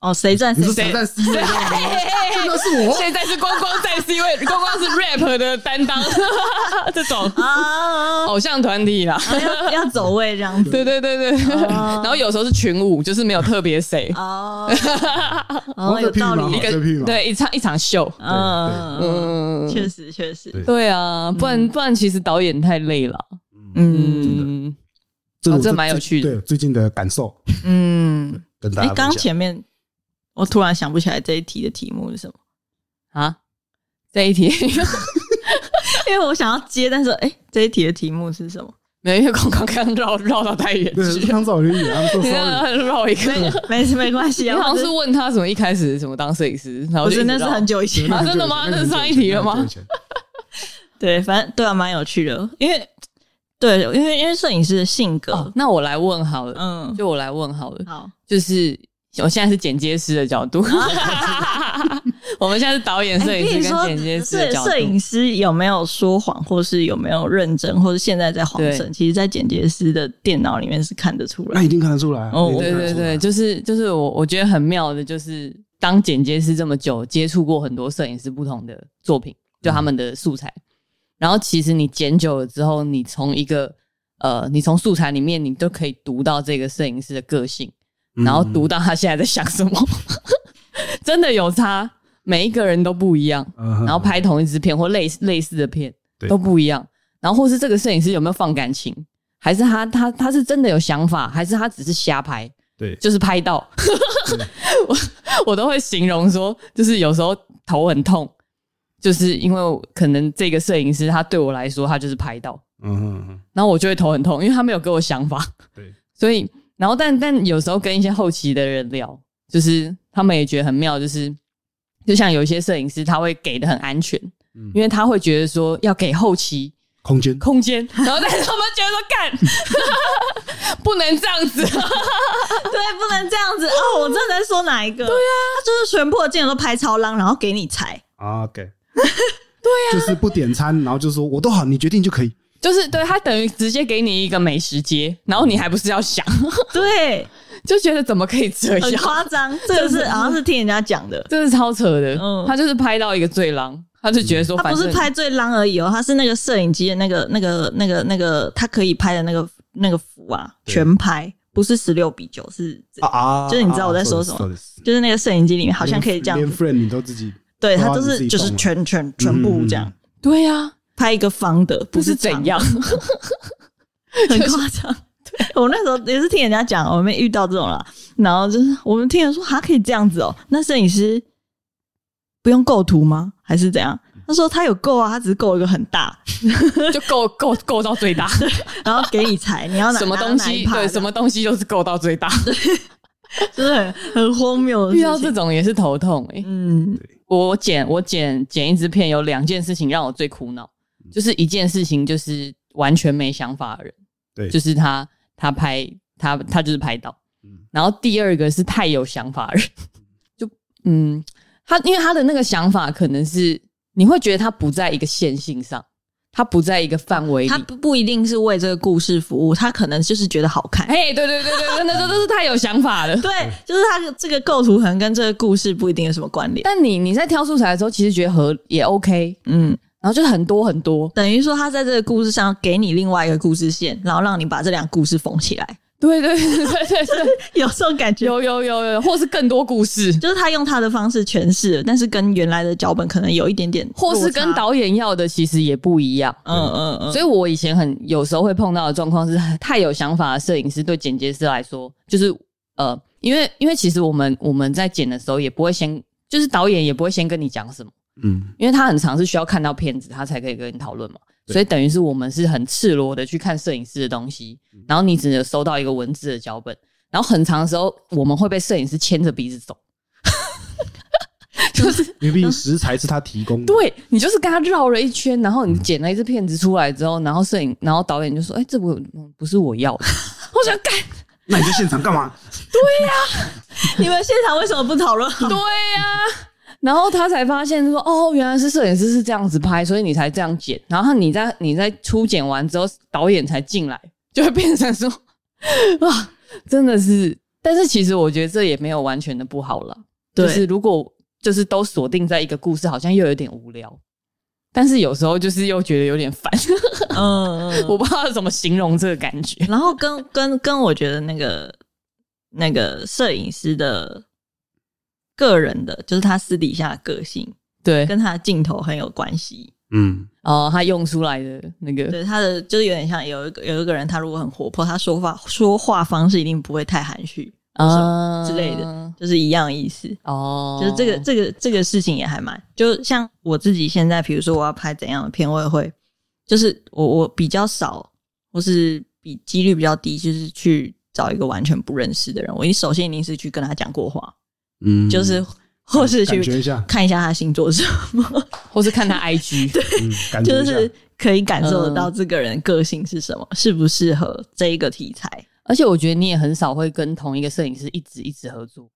B: 哦，谁赚
C: 你
B: 谁
C: 是
B: 谁
C: 谁在 C 位？真
A: <laughs>
C: 的是
B: 哦
C: 我。
A: 现在是光光在 C 位，光光是 rap 的担当， <laughs> 这种
B: 啊，
A: 偶像团体啦。
B: 要要走位这样子
A: 对对对对，
B: 哦
A: 然后有时候是群舞，就是没有特别谁，
B: 哦，
C: 然后
B: 哦
C: 这
B: 有
C: 屁股
B: 道
C: 蛮好
B: 理，
A: 一个
C: 这屁股蛮好
A: 对一场一场秀，
B: 嗯，
A: 嗯，
B: 确实确实，
C: 对
A: 对啊，不然不然其实导演太累了，
B: 嗯
A: 嗯，
C: 这
A: 哦
C: 我
A: 这
C: 最
A: 蛮有趣的
C: 对最近的感受
B: 嗯，
C: 跟大
B: 哎
C: 家，分
B: 刚
C: 享。
B: 前面我突然想不起来这一题的题目是什么，
A: 啊，这一题 <laughs>
B: 因为我想要接，但是哎，这一题的题目是什么？
A: 没有，因为光光刚绕绕到太远
C: 对，
A: 去，
C: 刚照我的语言，说
A: <laughs> 你
C: sorry。
A: 让绕一个。
B: 没事没关系
A: 你
B: 啊，
A: 好像是
B: 我
A: 问他什么一开始怎么当摄影师，然后
B: 不
A: 就是一直
B: 那是
A: 绕
B: 很久以前
C: 那
A: 啊
C: 个
A: 真的
C: 就
A: 吗
C: 那个
A: 那是
C: 就
A: 上一
C: 以前
A: 题了
C: 那个就
A: 吗
C: 以前
B: 对，反正对啊，蛮有趣的，因为对，因为因为摄影师的性
A: 哦
B: 格，
A: 那我来问好了，
B: 嗯，
A: 就我来问好了，
B: 好，
A: 就是我现在是剪接师的角
B: <laughs>
A: 度， <laughs> 我们现在是导演、摄
B: 哎
A: 影
B: 跟你
A: 师
B: 说
A: 跟，剪接师的
B: 摄
A: 角度。
B: 摄影师有没有说谎，或是有没有认真，或是现在在谎
A: 对
B: 神，其实，在剪接师的电脑里面是看得出
C: 那
B: 来。
C: 一定看得出来。啊
B: 哦
C: 一定
A: 对
C: 看得
A: 对
C: 出来
A: 对，，就是就是我我觉得很妙的，就是当剪接师这么久，接触过很多摄影师不同的作品，就他们的素材。然后其实你剪久了之后，你从一个呃，你从素材里面你都可以读到这个摄影师的个性，
C: 嗯
A: 然后读到他现在在想什么， <laughs> 真的有差，每一个人都不一样。
C: 嗯，
A: 然后拍同一支片或类似类似的片
C: 对
A: 都不一样，然后或是这个摄影师有没有放感情，还是他他他是真的有想法，还是他只是瞎拍，
C: 对，
A: 就是拍到，
C: 嗯
A: <laughs> 我我都会形容说，就是有时候头很痛，就是因为我可能这个摄影师他对我来说他就是拍到，
C: 嗯哼哼，
A: 然后我就会头很痛，因为他没有给我想法，
C: 对，
A: 所以，然后但但有时候跟一些后期的人聊，就是他们也觉得很妙，就是就像有一些摄影师他会给的很安全，
C: 嗯
A: 因为他会觉得说要给后期
C: 空间
A: 空间， <laughs> 然后但是他们觉得说干 <laughs> 不能这样子，
B: <laughs> 对，不能这样子哦！我正在说哪一个？对啊，他就是全破镜都拍超浪，然后给你裁。
C: 啊，OK，对呀，就是不点餐，然后就说我都好，你决定就可以，
A: 就是对他等于直接给你一个美食街，然后你还不是要想，
B: 对，
A: 就觉得怎么可以这
B: 很
A: 样，
B: 夸 <laughs> 张，这个是好像是听人家讲的。
A: 这是超扯的。
B: 嗯
A: 他就是拍到一个最狼，他就觉得说
B: 他
A: 反
B: 哦不
A: 正
B: 是拍最浪而已哦，他是那个摄影机的那个、那个、那个、那个，他可以拍的那个那个幅啊，
C: 对
B: 全拍，不是十六比九，是
A: 哦
C: 啊啊，
B: 就是你知道我在说什么
C: 啊，so this- so this
B: 就是那个摄影机里面好像可以这样
C: 连
B: 子，
C: friend 你都自己
B: 对他
C: 哇
B: 就
C: 你自
B: 是
C: 己
B: 就是
C: 动了
B: 全全全部这样
C: 嗯
A: 对呀，
B: 拍一个方的，
A: 不
B: 不
A: 是
B: 长
A: 怎
B: 的
A: 样，
B: <laughs>
A: <laughs>
B: 很夸张。对我那时候也是听人家讲，我们遇到这种啦，然后就是我们听人说还可以这样子哦、那摄影师不用构图吗？还是怎样？他说他有构啊，他只是构一个很大，
A: 就够够够到最大。
B: 然后给你裁，你要拿
A: 什么
B: 拿
A: 东
B: 哪一
A: 西
B: 趴
A: 对
B: 的
A: 什么东西都是够到最大，
B: 就是很很荒谬的事
A: 遇
B: 情
A: 到这种也是头痛哎、
B: 嗯，
A: 我剪我剪剪一支片，有两件事情让我最苦恼，
C: 嗯
A: 就是一件事情就是完全没想法的人，
C: 对
A: 就是他他拍他他就是拍到
C: 嗯，
A: 然后第二个是太有想法的人，就嗯，他因为他的那个想法可能是你会觉得他不在一个线性上，他不在一个范围里
B: 他，不不一定是为这个故事服务，他可能就是觉得好看。
A: 嘿，对对对对，真的这都是太有想法 <laughs> 了。
B: <laughs> 对，就是他的这个构图可能跟这个故事不一定有什么关联。
A: 但你你在挑素材的时候，其实觉得合也 OK，
B: 嗯，
A: 然后就是很多很多，
B: 等于说他在这个故事上给你另外一个故事线，然后让你把这两个故事缝起来，
A: 对对对对对对，
B: <laughs> 有这种感
A: <laughs>
B: 觉。
A: 有有有有，或是更多故事，
B: 就是他用他的方式诠释了，但是跟原来的脚本可能有一点点落
A: 或
B: 差，
A: 是跟导演要的其实也不一样。
B: 嗯嗯 <laughs> 嗯，
A: 所以我以前很有时候会碰到的状况是，太有想法的摄影师对剪接师来说，就是呃，因为因为其实我们我们在剪的时候也不会先，就是导演也不会先跟你讲什么。
C: 嗯
A: 因为他很常是需要看到片子，他才可以跟你讨论嘛。
C: 对
A: 所以等于是我们是很赤裸的去看摄影师的东西，然后你只能收到一个文字的脚本，然后很长的时候我们会被摄影师牵着鼻子走，
C: 因为毕竟食材是他提供的，
A: 对你就是跟他绕了一圈，然后你剪了一支片子出来之后，然后摄影，然后导演就说：“哎、这不不是我要的。” <laughs> 我想干，
C: <laughs> 那你在现场干嘛？
B: 你们现场为什么不讨论好？
A: 对呀、然后他才发现说：“哦，原来是摄影师是这样子拍，所以你才这样剪。”然后你在你在初剪完之后，导演才进来，就会变成说：“ <laughs> 啊，真的是。”但是其实我觉得这也没有完全的不好了，
B: 对
A: 就是如果就是都锁定在一个故事，好像又有点无聊。但是有时候就是又觉得有点烦， <laughs>
B: 嗯嗯，嗯
A: 我不知道怎么形容这个感觉。
B: 然后跟跟跟，我觉得那个那个摄影师的个人的，就是他私底下的个性，
A: 对，
B: 跟他的镜头很有关系。
C: 嗯，
A: 哦，他用出来的那个，
B: 对他的就是有点像有一个有一个人，他如果很活泼，他说话说话方式一定不会太含蓄，
A: 啊
B: 之类的，就是一样的意思。
A: 哦，
B: 就是这个这个这个事情也还蛮，就像我自己现在，比如说我要拍怎样的片，我也会，就是我我比较少，或是比几率比较低，就是去找一个完全不认识的人。我一首先一定是去跟他讲过话，
C: 嗯
B: 就是或是
C: 感觉一
B: 去
C: 下，
B: 看一下他星座是什么，
A: 或是看他 IG，
C: 嗯，感觉
B: <laughs> 就
C: 一下嗯
B: 是可以感受得到这个人个性是什么，适不适合这一个题材。
A: 而且我觉得你也很少会跟同一个摄影师一直一直合作，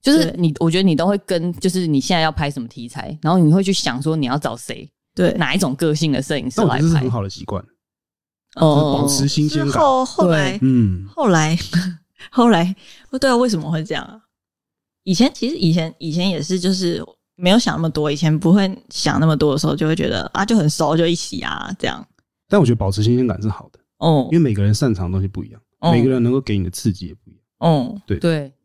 A: 就是
B: 对
A: 你，我觉得你都会跟，就是你现在要拍什么题材，然后你会去想说你要找谁，
B: 对，
A: 哪一种个性的摄影师
C: 那我觉
A: 来
C: 得这是
A: 拍
C: 很，好的习惯，就是
A: 哦
C: 保持新
B: 之
C: 鲜感。
B: 后后来
C: 嗯，
B: 后来， <laughs> 后来，不对啊，为什么会这样啊？以前其实以前以前也是，就是没有想那么多，以前不会想那么多的时候，就会觉得啊，就很熟，就一起啊，这样。
C: 但我觉得保持新鲜感是好的。
B: 哦
C: 因为每个人擅长的东西不一样，
A: 嗯
B: 哦
C: 每个人能够给你的刺激也不一样。
B: 哦，
A: 对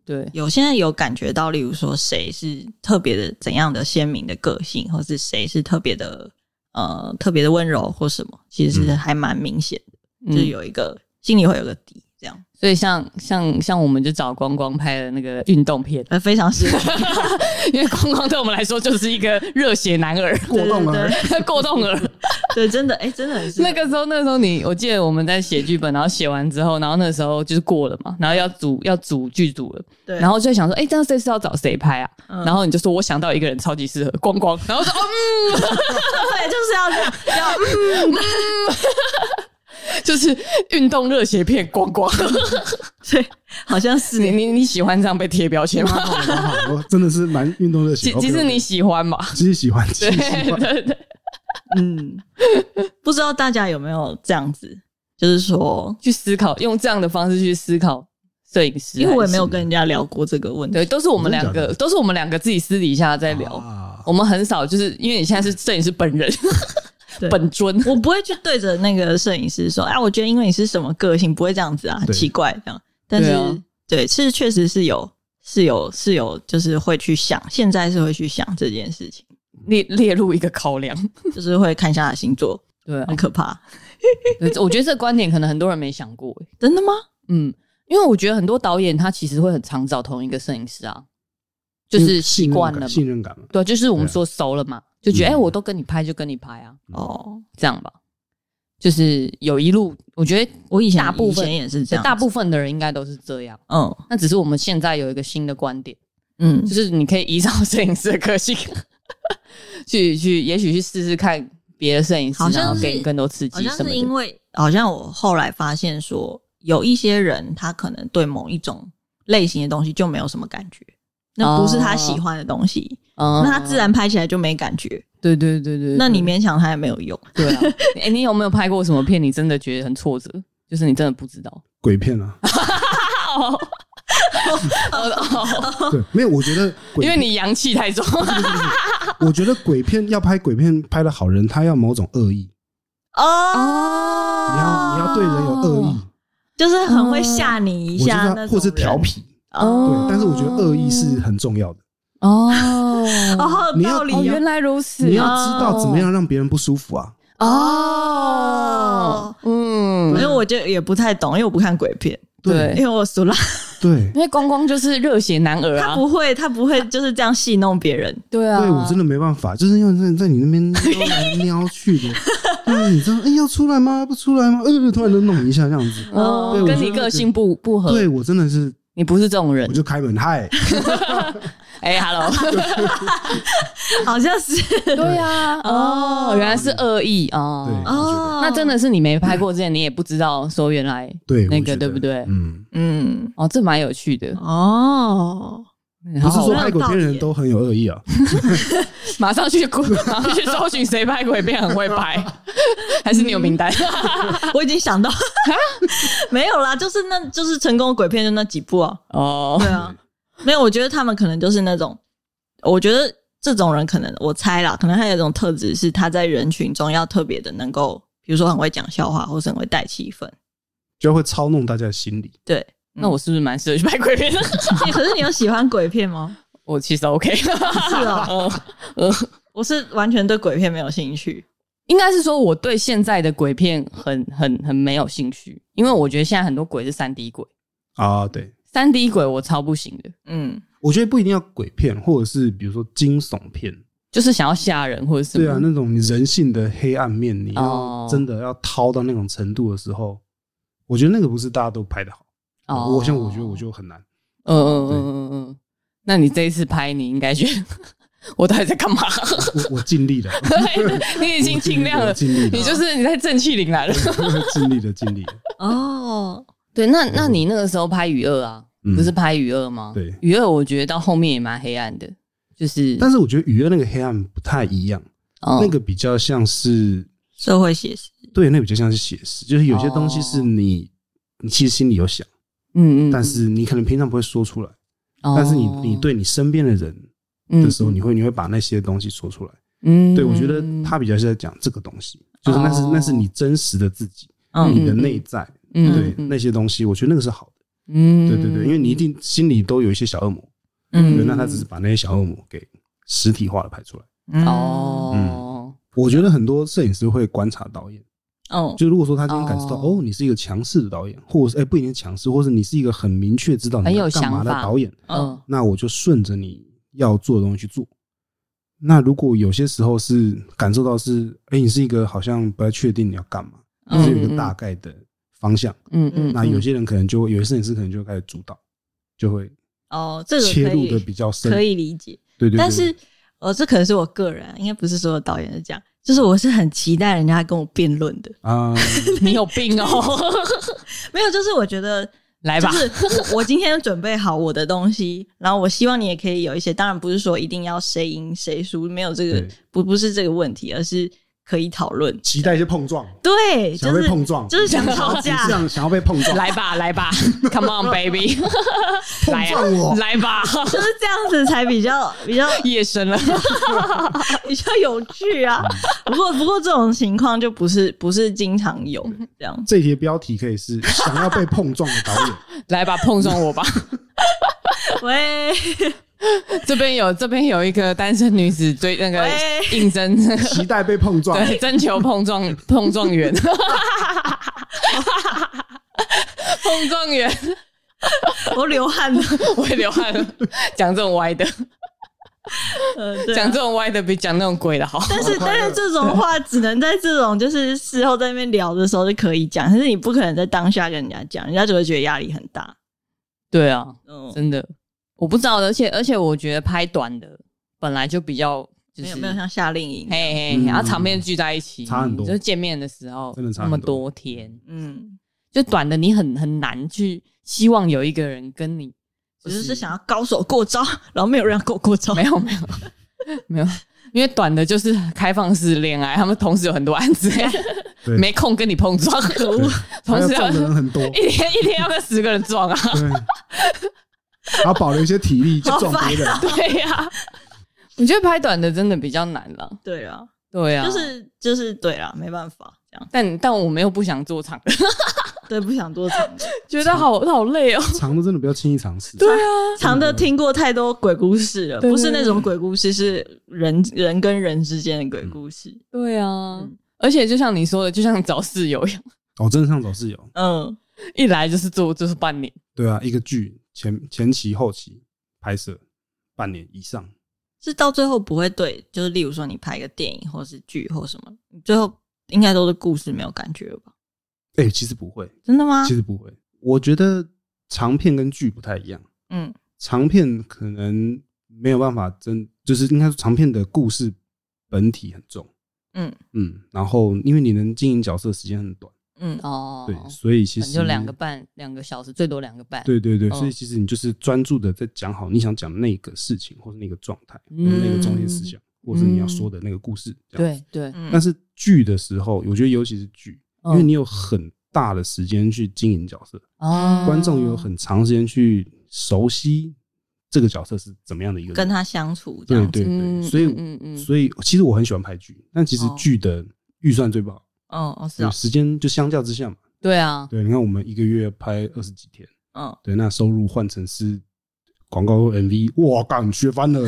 A: 对，
B: 有现在有感觉到，例如说谁是特别的怎样的鲜明的个性，或是谁是特别的呃特别的温柔或什么，其实是
C: 嗯
B: 还蛮明显的，
A: 嗯
B: 就是有一个心里会有个底，这样
A: 所以像像像我们就找光光拍的那个运动片， <laughs>
B: 呃非常
C: <laughs>
B: 适合
A: 因为光光对我们来说就是一个热血男儿、
B: 对
C: 动
B: 对
C: 儿
B: 对
A: <laughs> 过动儿。
B: 对，真的哎、真的很适合
C: 啊
A: 那个时候，那个时候你，我记得我们在写剧本，然后写完之后，然后那时候就是过了嘛，然后要组要组剧组了，
B: 对，
A: 然后就在想说，哎、这样这次要找谁拍啊？
B: 嗯
A: 然后你就说我想到一个人超级适合，光 <laughs> 光，然后说哦，
B: 对就是要这样要嗯 <laughs>
A: 就是运动热血片光 <laughs> 光，
B: 对，好像是
A: 你你你喜欢这样被贴标签 <laughs> 吗？
C: 好好好我真的是蛮运动热
A: 其。
C: 血
A: 其
C: 哦 OK，OK
A: 实你喜欢嘛？
C: 其实 <laughs> 喜欢，其
A: 对
C: 实喜欢。
A: 对对，
B: 嗯，不知道大家有没有这样子，就是说，
A: 去思考，用这样的方式去思考摄影师，
B: 因为我也没有跟人家聊过这个问题
A: 对，，都是我们两
C: 真的
A: 个，都是我们两个自己私底下在聊。
C: 啊
A: 我们很少，就是因为你现在是摄影师本人
B: 对，
A: <laughs> 本尊，
B: 我不会去对着那个摄影师说，哎、啊，我觉得因为你是什么个性，不会这样子啊，很
C: 对
B: 奇怪这样。但是，
A: 对
B: 对,、
A: 啊
B: 是确实是有，是有，是有，就是会去想，现在是会去想这件事情，
A: 列列入一个考量。
B: 就是会看一下星座，
A: 对啊
B: 很，可怕。
A: 对我觉得这个观点可能很多人没想过、欸
B: 真的吗？
A: 嗯，因为我觉得很多导演他其实会很常找同一个摄影师啊，就是习惯了嘛。
C: 信任感嘛。
A: 对啊，就是我们说熟了嘛，就觉得哎、
C: 嗯
A: 欸我都跟你拍就跟你拍啊，
B: 哦，
A: 这样吧。就是有一路，我觉得
B: 我以前
A: 大部分
B: 以前也是这样子，
A: 大部分的人应该都是这样。
B: 嗯
A: 那只是我们现在有一个新的观点。
B: 嗯
A: 就是你可以依照摄影师的个性去去，也许去试试看别的摄影师
B: 好，像
A: 然后给
B: 是
A: 你更多刺
B: 好
A: 激
B: 像
A: 什么
B: 是因
A: 的。
B: 为，好像我后来发现说，有一些人他可能对某一种类型的东西就没有什么感觉，
A: 哦
B: 那不是他喜欢的东西，
A: 嗯
B: 那他自然拍起来就没感觉，
A: 对对对对，
B: 那
A: 对
B: 你勉强他也没有用。
A: 对啊？ <laughs> 哎、你有没有拍过什么片？你真的觉得很挫折，就是你真的不
B: <laughs>
A: 知道。
C: 鬼片啊，
A: 哦， <laughs>
C: 对，没有，我觉得鬼
A: 因
C: 片
A: 为你阳气太 <laughs> 重，
C: <laughs> 我觉得鬼片要拍鬼片拍的好人，他要某种恶意，
B: 哦，
C: 你要你要对人有恶意，
B: 就是很会吓你一
C: 我知
B: 下那
C: 道，
B: 种
C: 或是
B: 人
C: 调皮，对
A: 哦。
C: 但是我觉得恶意是很重要的，
A: 哦
B: 哦，好有
C: 你要
B: 道理
A: 哦，原
B: 哦
A: 来如此。
C: 你要知道怎么样让别人不舒服啊。
A: 哦，嗯
B: 因，为我就也不太懂，因为我不看鬼片，因
A: 对，
B: 为我熟了，
C: 对，
A: 因为光光就是热血男儿
B: 他
A: 啊，
B: 不会，他不会就是这样戏弄别人，
A: 对啊，
C: 对我真的没办法，就是因为在在你那
A: <laughs>
C: 边撩来撩去的，那你知道，哎，要出来吗？不出来吗？呃，突然就弄你一下这样
A: <laughs>
C: 子，
A: 哦
C: 对，我
A: 跟
C: 觉
A: 你
C: 得
A: 个
C: 那
A: 性不不合，
C: 对我真的是，
A: 你不是这种人
C: 我。就开门嗨，
A: 哎，hello，
B: 好像是
A: 对呀， <laughs> 哦，原来是恶意哦。
C: 对
B: 哦，
A: 那真的是你没拍过之前，你也不知道说原来
C: 对
A: 哦那
C: 我觉
A: 个
C: 得
A: 对不对？
C: 嗯，
B: 嗯
A: 哦，这蛮有趣的。
B: 哦。
A: 好
C: 不是
A: 好
C: 说
A: 玩
C: 拍鬼片的人都很有恶意啊，
A: 马上去马上去搜寻谁拍鬼片很会拍， <laughs> 还是你有名单？
B: <laughs> 我已经想到，没有啦，就是那就是成功的鬼片就那几部啊。
A: 哦，
B: 对啊，没有，我觉得他们可能就是那种，我觉得这种人可能我猜啦，可能他有一种特质是他在人群中要特别的能够，比如说很会讲笑话，或是很会带气 <laughs> 氛。
C: 就会操弄大家的心理。
B: 对，
A: 那我是不是蛮适合去拍鬼片的？
B: 欸可是你有喜欢鬼片吗？
A: 我其实 OK，
B: 是
A: <laughs>
B: 啊，
A: 嗯嗯，
B: 我是完全对鬼片没有兴趣。
A: 应该是说我对现在的鬼片很很很没有兴趣，因为我觉得现在很多鬼是三 D 鬼。
C: 啊，对，
A: 三 D 鬼我超不行的，
B: 嗯，
C: 我觉得不一定要鬼片，或者是比如说惊悚片，
A: 就是想要吓人或者什么。
C: 对啊，那种你人性的黑暗面，你
A: 哦
C: 要真的要掏到那种程度的时候，我觉得那个不是大家都拍的好。
A: 哦
C: 我像我觉得我就很难，
A: 嗯嗯嗯嗯嗯嗯。那你这一次拍，你应该觉得 <laughs> 我到底在干 <laughs> 嘛？
C: 我我
A: <laughs>
C: 尽力了， <laughs>
A: 你已经尽量
C: 我
A: 了，
C: 尽力了，
A: 你就是你在正气凛然了。
C: 是 <laughs> 尽力了，尽力了。
B: 哦，
A: 对，那那你那个时候拍雨二啊，
C: 嗯
A: 不是拍雨二吗？
C: 对
A: 雨二我觉得到后面也蛮黑暗的，就是
C: 但是我觉得雨儿那个黑暗不太一样，
A: 哦
C: 那个比较像是
B: 社会写实。
C: 对，那个比较像是写实，就是有些东西是
A: 哦
C: 你你其实心里有想，
A: 嗯嗯，
C: 但是你可能平常不会说出来，
A: 哦
C: 但是你你对你身边的人的时候，你会你会把那些东西说出来。
A: 嗯
C: 对，我觉得他比较是在讲这个东西，就是那是
A: 哦
C: 那是你真实的自己，
B: 嗯
C: 你的内在，
A: 嗯
C: 对
A: 嗯
C: 那些东西，我觉得那个是好的。
A: 嗯，
C: 对对对，因为你一定心里都有一些小恶魔，
B: 嗯
C: 对，那他只是把那些小恶魔给实体化的排出来。
B: 嗯
A: 哦，
C: 我觉得很多摄影师会观察导演，
B: 哦，
C: 就如果说他今天感受到
A: 哦
C: 哦你是一个强势的导演，或者是哎、不一定强势，或是你是一个很明确知道
A: 很
C: 你
A: 有
C: 要干嘛的
A: 想法
C: 导演，
A: 嗯
C: 那我就顺着你要做的东西去做。那如果有些时候是感受到是，哎、你是一个好像不太确定你要干嘛，
B: 嗯
C: 只有一个大概的方向。
A: 嗯嗯，
C: 那有些人可能就会，有些摄影师可能就会开始主导，就会
B: 哦，这个
C: 切
B: 可
C: 入的
B: 以
C: 比较深。
B: 可以理解，
C: 对对对。
B: 但是呃，这可能是我个人啊，应该不是所有导演是这样，就是我是很期待人家跟我辩论的，
C: 啊，
A: <laughs> 你有病
C: <laughs>
A: 哦，
B: 没有，就是我觉得
A: 来
B: 就
A: 吧，
B: 是我 <laughs> 我今天准备好我的东西，然后我希望你也可以有一些，当然不是说一定要谁赢谁输，没有这个
C: 对
B: 不不是这个问题，而是可以讨论。
C: 期待一些碰撞，
B: 对，就
C: 想要被
B: 是
C: 碰撞，
B: 就是想吵架
C: 这，样想要被碰撞，
A: <laughs> 来吧，来吧，Come on baby，来啊
C: 碰撞我，
A: 来吧，
B: 就是这样子才比较 <laughs> 比较
A: <laughs> 夜深了，
B: 比较有趣啊。
C: 嗯
B: 不过不过这种情况就不是不是经常有这样。
C: 这题标题可以是想要被碰撞的导演，
A: <laughs> <laughs> 来吧，碰上我吧。
B: 喂，
A: <laughs>
B: <laughs>
A: 这边有这边有一个单身女子追那个
B: 喂
A: 应 <laughs> 征，
C: 期待被碰撞，
A: 对，征求碰撞碰撞 <laughs> 员，碰撞员，
B: 我流汗了。
A: 我会流 <laughs> 汗了。讲这种歪的，
B: 呃，对啊
A: 讲这种歪的比讲那种鬼的好。
B: 但是但是这种话只能在这种就是事后在那边聊的时候就可以讲，但是你不可能在当下跟人家讲，人家就会觉得压力很大。
A: 对啊，
B: 嗯，
A: 真的，我不知道，而且而且我觉得拍短的本来就比较就
B: 没有
A: 是
B: 没有像夏令营，
A: 嘿嘿，
C: 嗯
A: 嘿然后场面聚在一起，嗯
C: 差很多
A: 就是见面的时候，
C: 真的差
A: 那
C: 很
A: 么
C: 多
A: 多天，
B: 嗯，
A: 就短的你很很难去希望有一个人跟你，
B: 我就是想要高手过招，然后没有人要跟我过招，
A: 没有没有没有，因为短的就是开放式恋爱，他们同时有很多案子，
C: 对
A: 没空跟你碰撞，可恶
C: 对，
A: 同
C: 他
A: 时
C: 要
A: 要
C: 撞的人很多，
A: <laughs> 一天一天要跟十个人撞啊，
C: 对，然后保留一些体力去撞别人，
A: 对呀、我觉得拍短的真的比较难了，
B: 对啊，
A: 对呀、
B: 就是就是对啦，没办法这样，
A: 但但我们又不想做长的， <laughs>
B: 对，不想多长的，
A: 觉得好好累哦。
C: 长的真的不要轻易尝试。
A: 对啊，
B: 长的听过太多鬼故事了，
A: 对
B: 不是那种鬼故事，是人人跟人之间的鬼故事，
A: 对啊，而且就像你说的，就像找室友一样， <laughs>
C: 哦，真的上手是有，
B: 嗯，
A: 一来就是做就是半年，
C: 对啊，一个剧前前期后期拍摄半年以上，
B: 是到最后不会对，就是例如说你拍个电影或是剧或什么，最后应该都是故事没有感觉了吧？
C: 哎，其实不会，
B: 真的吗？
C: 其实不会，我觉得长片跟剧不太一样，
B: 嗯
C: 长片可能没有办法真，就是应该说长片的故事本体很重，
B: 嗯
C: 嗯，然后因为你能经营角色的时间很短，
B: 嗯
A: 哦
C: 对，所以其
A: 可能
C: 实
A: 就两个，半两个小时，最多两个半。
C: 对对对，
A: 嗯
C: 所以其实你就是专注的在讲好你想讲那个事情或者那个状态，
A: 嗯
C: 或者那个中心思想，或者是你要说的那个故事，这样。
A: 对对，
B: 嗯，
C: 但是剧的时候，我觉得尤其是剧，
A: 嗯
C: 因为你有很大的时间去经营角色，
A: 哦
C: 观众也
B: 嗯
C: 有很长时间去熟悉这个角色是怎么样的一个人
B: 跟他相处这
C: 对
B: 样子，
C: 对
A: 嗯
C: 对，所以
A: 嗯嗯嗯
C: 所以其实我很喜欢拍剧，但其实
A: 哦
C: 剧的预算最不好，
B: 嗯哦是
C: 有
B: 啊，
C: 时间就相较之下嘛。
A: 对啊，
C: 对，你看我们一个月拍二十几天，
B: 嗯
C: 对，那收入换成是广告或 MV，哇，干削翻
B: <laughs>
C: 了，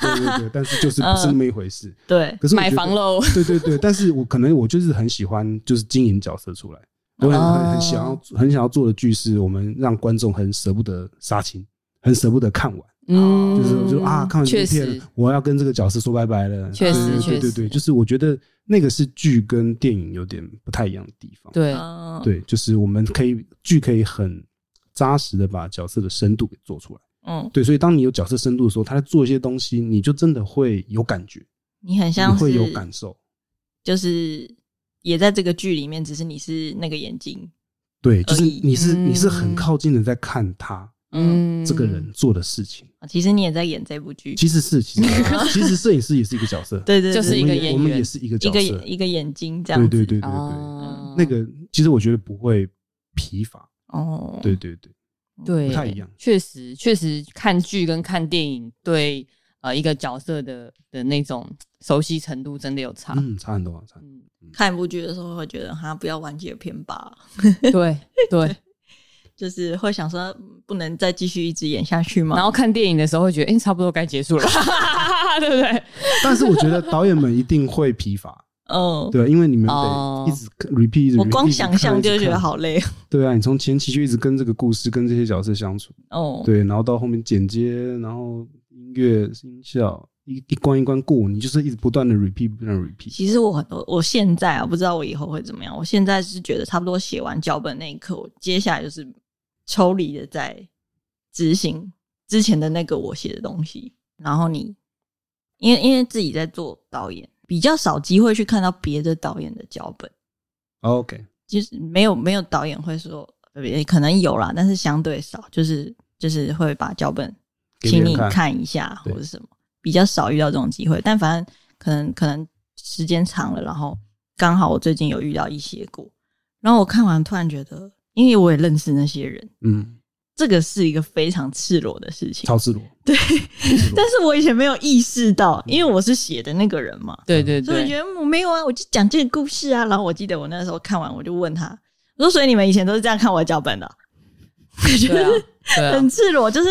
C: 对对对，但是就是不是那么一回事。
B: 对，
C: 可是我
A: 买
C: 觉得
A: 房，喽，
C: 对对对，但是我可能我就是很喜欢就是经营角色出来，
B: 哦
C: 我很很很想要很想要做的剧是我们让观众很舍不得杀青，很舍不得看完。
A: 嗯，
C: 就是我就啊，看完这
A: 确
C: 部
A: 实
C: 片，我要跟这个角色说拜拜了。
A: 确
B: 实
C: 对对
B: 确
C: 对对
A: 实
C: 对，就是我觉得那个是剧跟电影有点不太一样的地方。
A: 对，
B: 嗯
C: 对，就是我们可以剧可以很扎实的把角色的深度给做出来。
B: 嗯，
C: 对，所以当你有角色深度的时候，他在做一些东西，你就真的会有感觉，
B: 你很
C: 你
B: 像
C: 会
B: 是
C: 有感受。
B: 就是也在这个剧里面，只是你是那个眼睛，
C: 对，就是
B: 而已
C: 你是
A: 嗯
C: 你是很靠近的在看他
A: 嗯，
C: 这个人做的事情，
B: 嗯其实你也在演这部剧，
C: 其实是其实其实摄影师也是一个角色，
B: 对对，
A: 就
B: 对
A: 是一个
C: 我们也
A: 演
C: 我们
A: 员
C: 也是一个
B: 一
C: 角
B: 个
C: 色，
B: 一个眼睛这样
C: 对
B: 子，
C: 对对对对。
A: 啊，
C: 那个其实我觉得不会疲乏，
B: 哦，
C: 对对对，
A: 对
C: 不太一样
A: 确实确实看剧跟看电影对呃一个角色的的那种熟悉程度真的有差。
C: 嗯，差很多，差很
A: 嗯，
B: 看一部剧的时候会觉得，哈，不要玩这个片吧，
A: 嗯对对。
B: 就是会想说，嗯不能再继续一直演下去吗？
A: 然后看电影的时候会觉得，哎、差不多该结 <laughs> 束了，对不对？
C: 但是我觉得导演们一定会疲乏，
B: 嗯，
C: 对，因为你们
A: 哦
C: 得一直 repeat，一直 repeat，
B: 我光
C: 一直看
B: 想象就
C: 一
B: 觉得。
C: 直
B: 好累
C: 看对啊，你从前期就一直跟这个故事、跟这些角色相处，
B: 哦。
C: 对，然后到后面剪接，然后音乐、音效，一一关一关过，你就是一直不断的 repeat，不断地 repeat。
B: 其实我很多，我现在啊，不知道我以后会怎么样。我现在是觉得差不多写完脚本那一刻，我接下来就是抽离的在执行之前的那个我写的东西。然后你，因为因为自己在做导演，比较少机会去看到别的导演的脚本，
C: OK，
B: 就是没有没有导演会说，呃也可能有啦，但是相对少，就是就是会把脚本
C: 给别
B: 请
C: 人
B: 你
C: 看
B: 看一下或
C: 对
B: 者什么，比较少遇到这种机会。但反正可能可能时间长了，然后刚好我最近有遇到一些过，然后我看完突然觉得，因为我也认识那些人，
C: 嗯，
B: 这个是一个非常赤裸的事情，
C: 超赤裸，对，
B: 但是我以前没有意识到，
C: 嗯
B: 因为我是写的那个人嘛，
A: 对对
B: 所以我
A: 对
B: 觉，得嗯我没有啊，我就讲这个故事啊。然后我记得我那时候看完，我就问他，我说：“所以你们以前都是这样看我的脚本的啊？”我觉 <laughs>
A: 对啊
B: 得，
A: 对啊
B: 很，赤裸，就是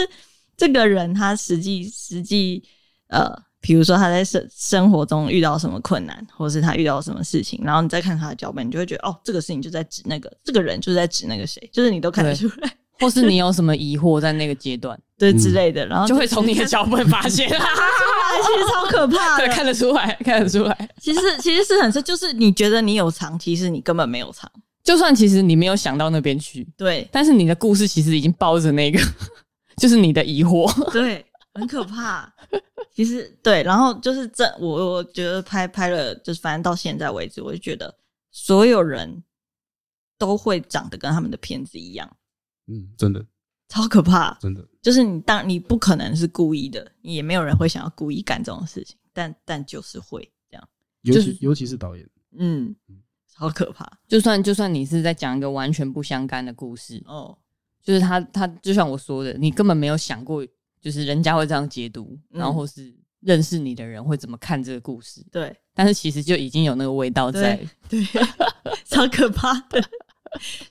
B: 这个人他实际实际呃，比如说他在生生活中遇到什么困难，或是他遇到什么事情，然后你再看他的脚本，你就会觉得哦，这个事情就在指那个，这个人就在指那个谁，就是你都看得出
A: 对
B: 来，
A: 或是你有什么疑惑在那个阶段，
B: 对
C: 嗯
B: 之类的，然
A: <laughs>
B: 后
A: 就会从你的
B: 看
A: 脚本发
B: <laughs>
A: 现，
B: 出来，其实超可怕的
A: 对，，看得出来，看得出来。
B: <laughs> 其实其实是很深，就是你觉得你有藏，其实你根本没有藏。
A: 就算其实你没有想到那边去，
B: 对
A: 但是你的故事其实已经包着那个， <laughs> 就是你的疑惑。
B: <laughs> 对，很可怕。其实对，然后就是这，我我觉得拍拍了，就是反正到现在为止，我就觉得所有人都会长得跟他们的片子一样，
C: 嗯，真的，
B: 超可怕。
C: 真的，
B: 就是你当你不可能是故意的，你也没有人会想要故意干这种事情，但但就是会这样，
C: 尤
A: 就
C: 其
A: 是
C: 尤其是导演，
B: 嗯，超可怕
A: <laughs> 就算就算你是在讲一个完全不相干的故事，
B: 哦，
A: 就是他他就像我说的，你根本没有想过，就是人家会这样解读，
B: 嗯
A: 然后或是认识你的人会怎么看这个故事。
B: 对。
A: 但是其实就已经有那个味道在，
B: 对，超可怕的。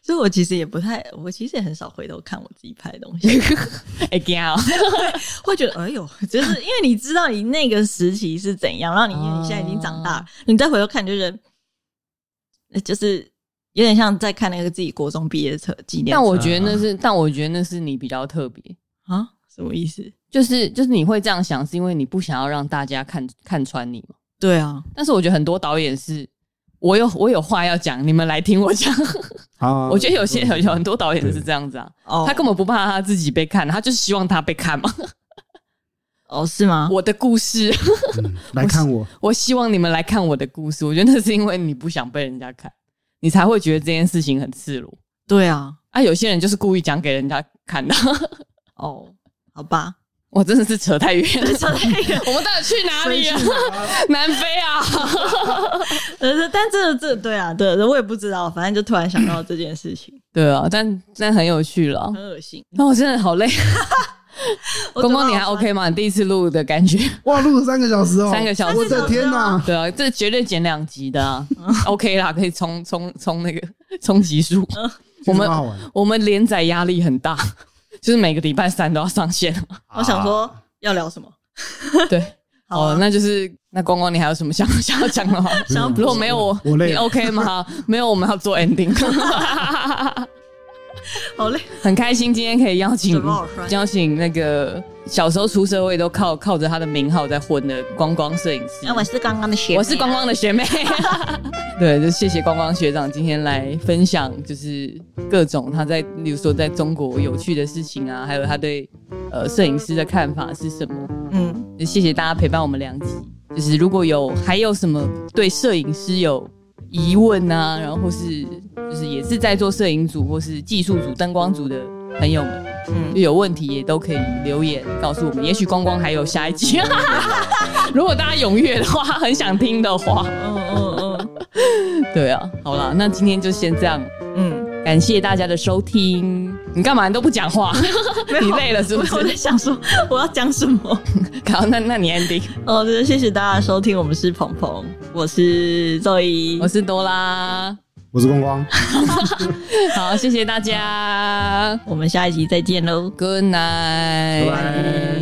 B: 所以我其实也不太，我其实也很少回头看我自己拍的东西，
A: <laughs> 哎呀，
B: 会觉得哎呦， <laughs> 就是因为你知道你那个时期是怎样，然后你因为你现在已经长大了，
A: 啊
B: 你再回头看，你就觉得呃就是有点像在看那个自己国中毕业册纪念
A: <laughs>
B: 册。
A: 但我觉得那是，但我觉得那是你比较特别，
B: 啊，什么意思？
A: 就是就是你会这样想，是因为你不想要让大家看看穿你嘛。
B: 对啊，
A: 但是我觉得很多导演是，我有我有话要讲，你们来听我讲。
C: 啊，
A: <laughs> 我觉得有些有很多导演
C: 对
A: 是这样子啊，
B: 哦，
A: 他根本不怕他自己被看，他就是希望他被看嘛。 <laughs>
B: 哦是吗？
A: 我的故事，
C: 嗯来看我，
A: 我希望你们来看我的故事。我觉得那是因为你不想被人家看，你才会觉得这件事情很赤裸。
B: 对啊，
A: 啊，有些人就是故意讲给人家看的。
B: 哦，好吧， <laughs>
A: 我真的是扯太远了，
B: 扯太远
A: <laughs> 我们到底去哪里啊？ <laughs> 南非啊！
B: 呃，但这这对啊，对，我也不知道，反正就突然想到这件事
A: <laughs>
B: 情，
A: 对啊，但但很有趣了
B: 很。恶心。
A: 那我真的好 <laughs> 累，
B: 我
A: 公
B: 怎么
A: 公你还
B: 好烦
A: OK 吗？你第一次录的感觉，
C: 哇，录了三个小时哦，
A: 三个小时
C: 我的天哪！
A: 对啊，这绝对减两集的啊，OK 啦，可以冲冲冲那个冲集数。我
C: 其实
A: 们
C: 蛮好玩的，
A: 我们连载压力很大，就是每个礼拜三都要上 <laughs> 线。
B: 我想说
C: 啊
B: 要聊什么？
A: 对，
B: 好啊
A: 哦，那就是那光光，你还有什么想想要讲的吗？
C: <laughs> 没有啊
A: 如果没有我，
C: 我累
A: 你
C: 了
A: OK 吗？没有，我们要做 ending。 <laughs>
B: 好嘞，
A: 很开心今天可以邀请
B: 嘴巴好酸
A: 邀请那个小时候出社会都靠靠着他的名号在混的光光摄影师。
B: 那我是刚刚的学，啊
A: 我是光光的学
B: <laughs>
A: 妹。对，就谢谢光光学长今天来分享，就是各种他在，例如说在中国有趣的事情啊，还有他对呃摄影师的看法是什么。
B: 嗯，
A: 也谢谢大家陪伴我们两集。就是如果有还有什么对摄影师有疑问啊，然后或是就是也是在做摄影组或是技术组、灯光组的朋友们，
B: 嗯
A: 就有问题也都可以留言告诉我们。也许光光还有下一集， <laughs> 如果大家踊跃的话，很想听的话，
B: 嗯嗯
A: 对啊，好啦，那今天就先这样，
B: 嗯嗯，
A: 感谢大家的收 <laughs> 听。你干嘛？你都不讲话，你累了是不
B: 我
A: 是？
B: <laughs> 在想说我要讲什么，
A: 好，那那你 ending，
B: 哦，就是谢谢大家的收听，我们是鹏鹏，我是周一，
A: 我是多拉，
C: 我是光光。
A: 好，谢谢大家
B: 我们下一集再见喽。
A: ，Good night，
C: 拜拜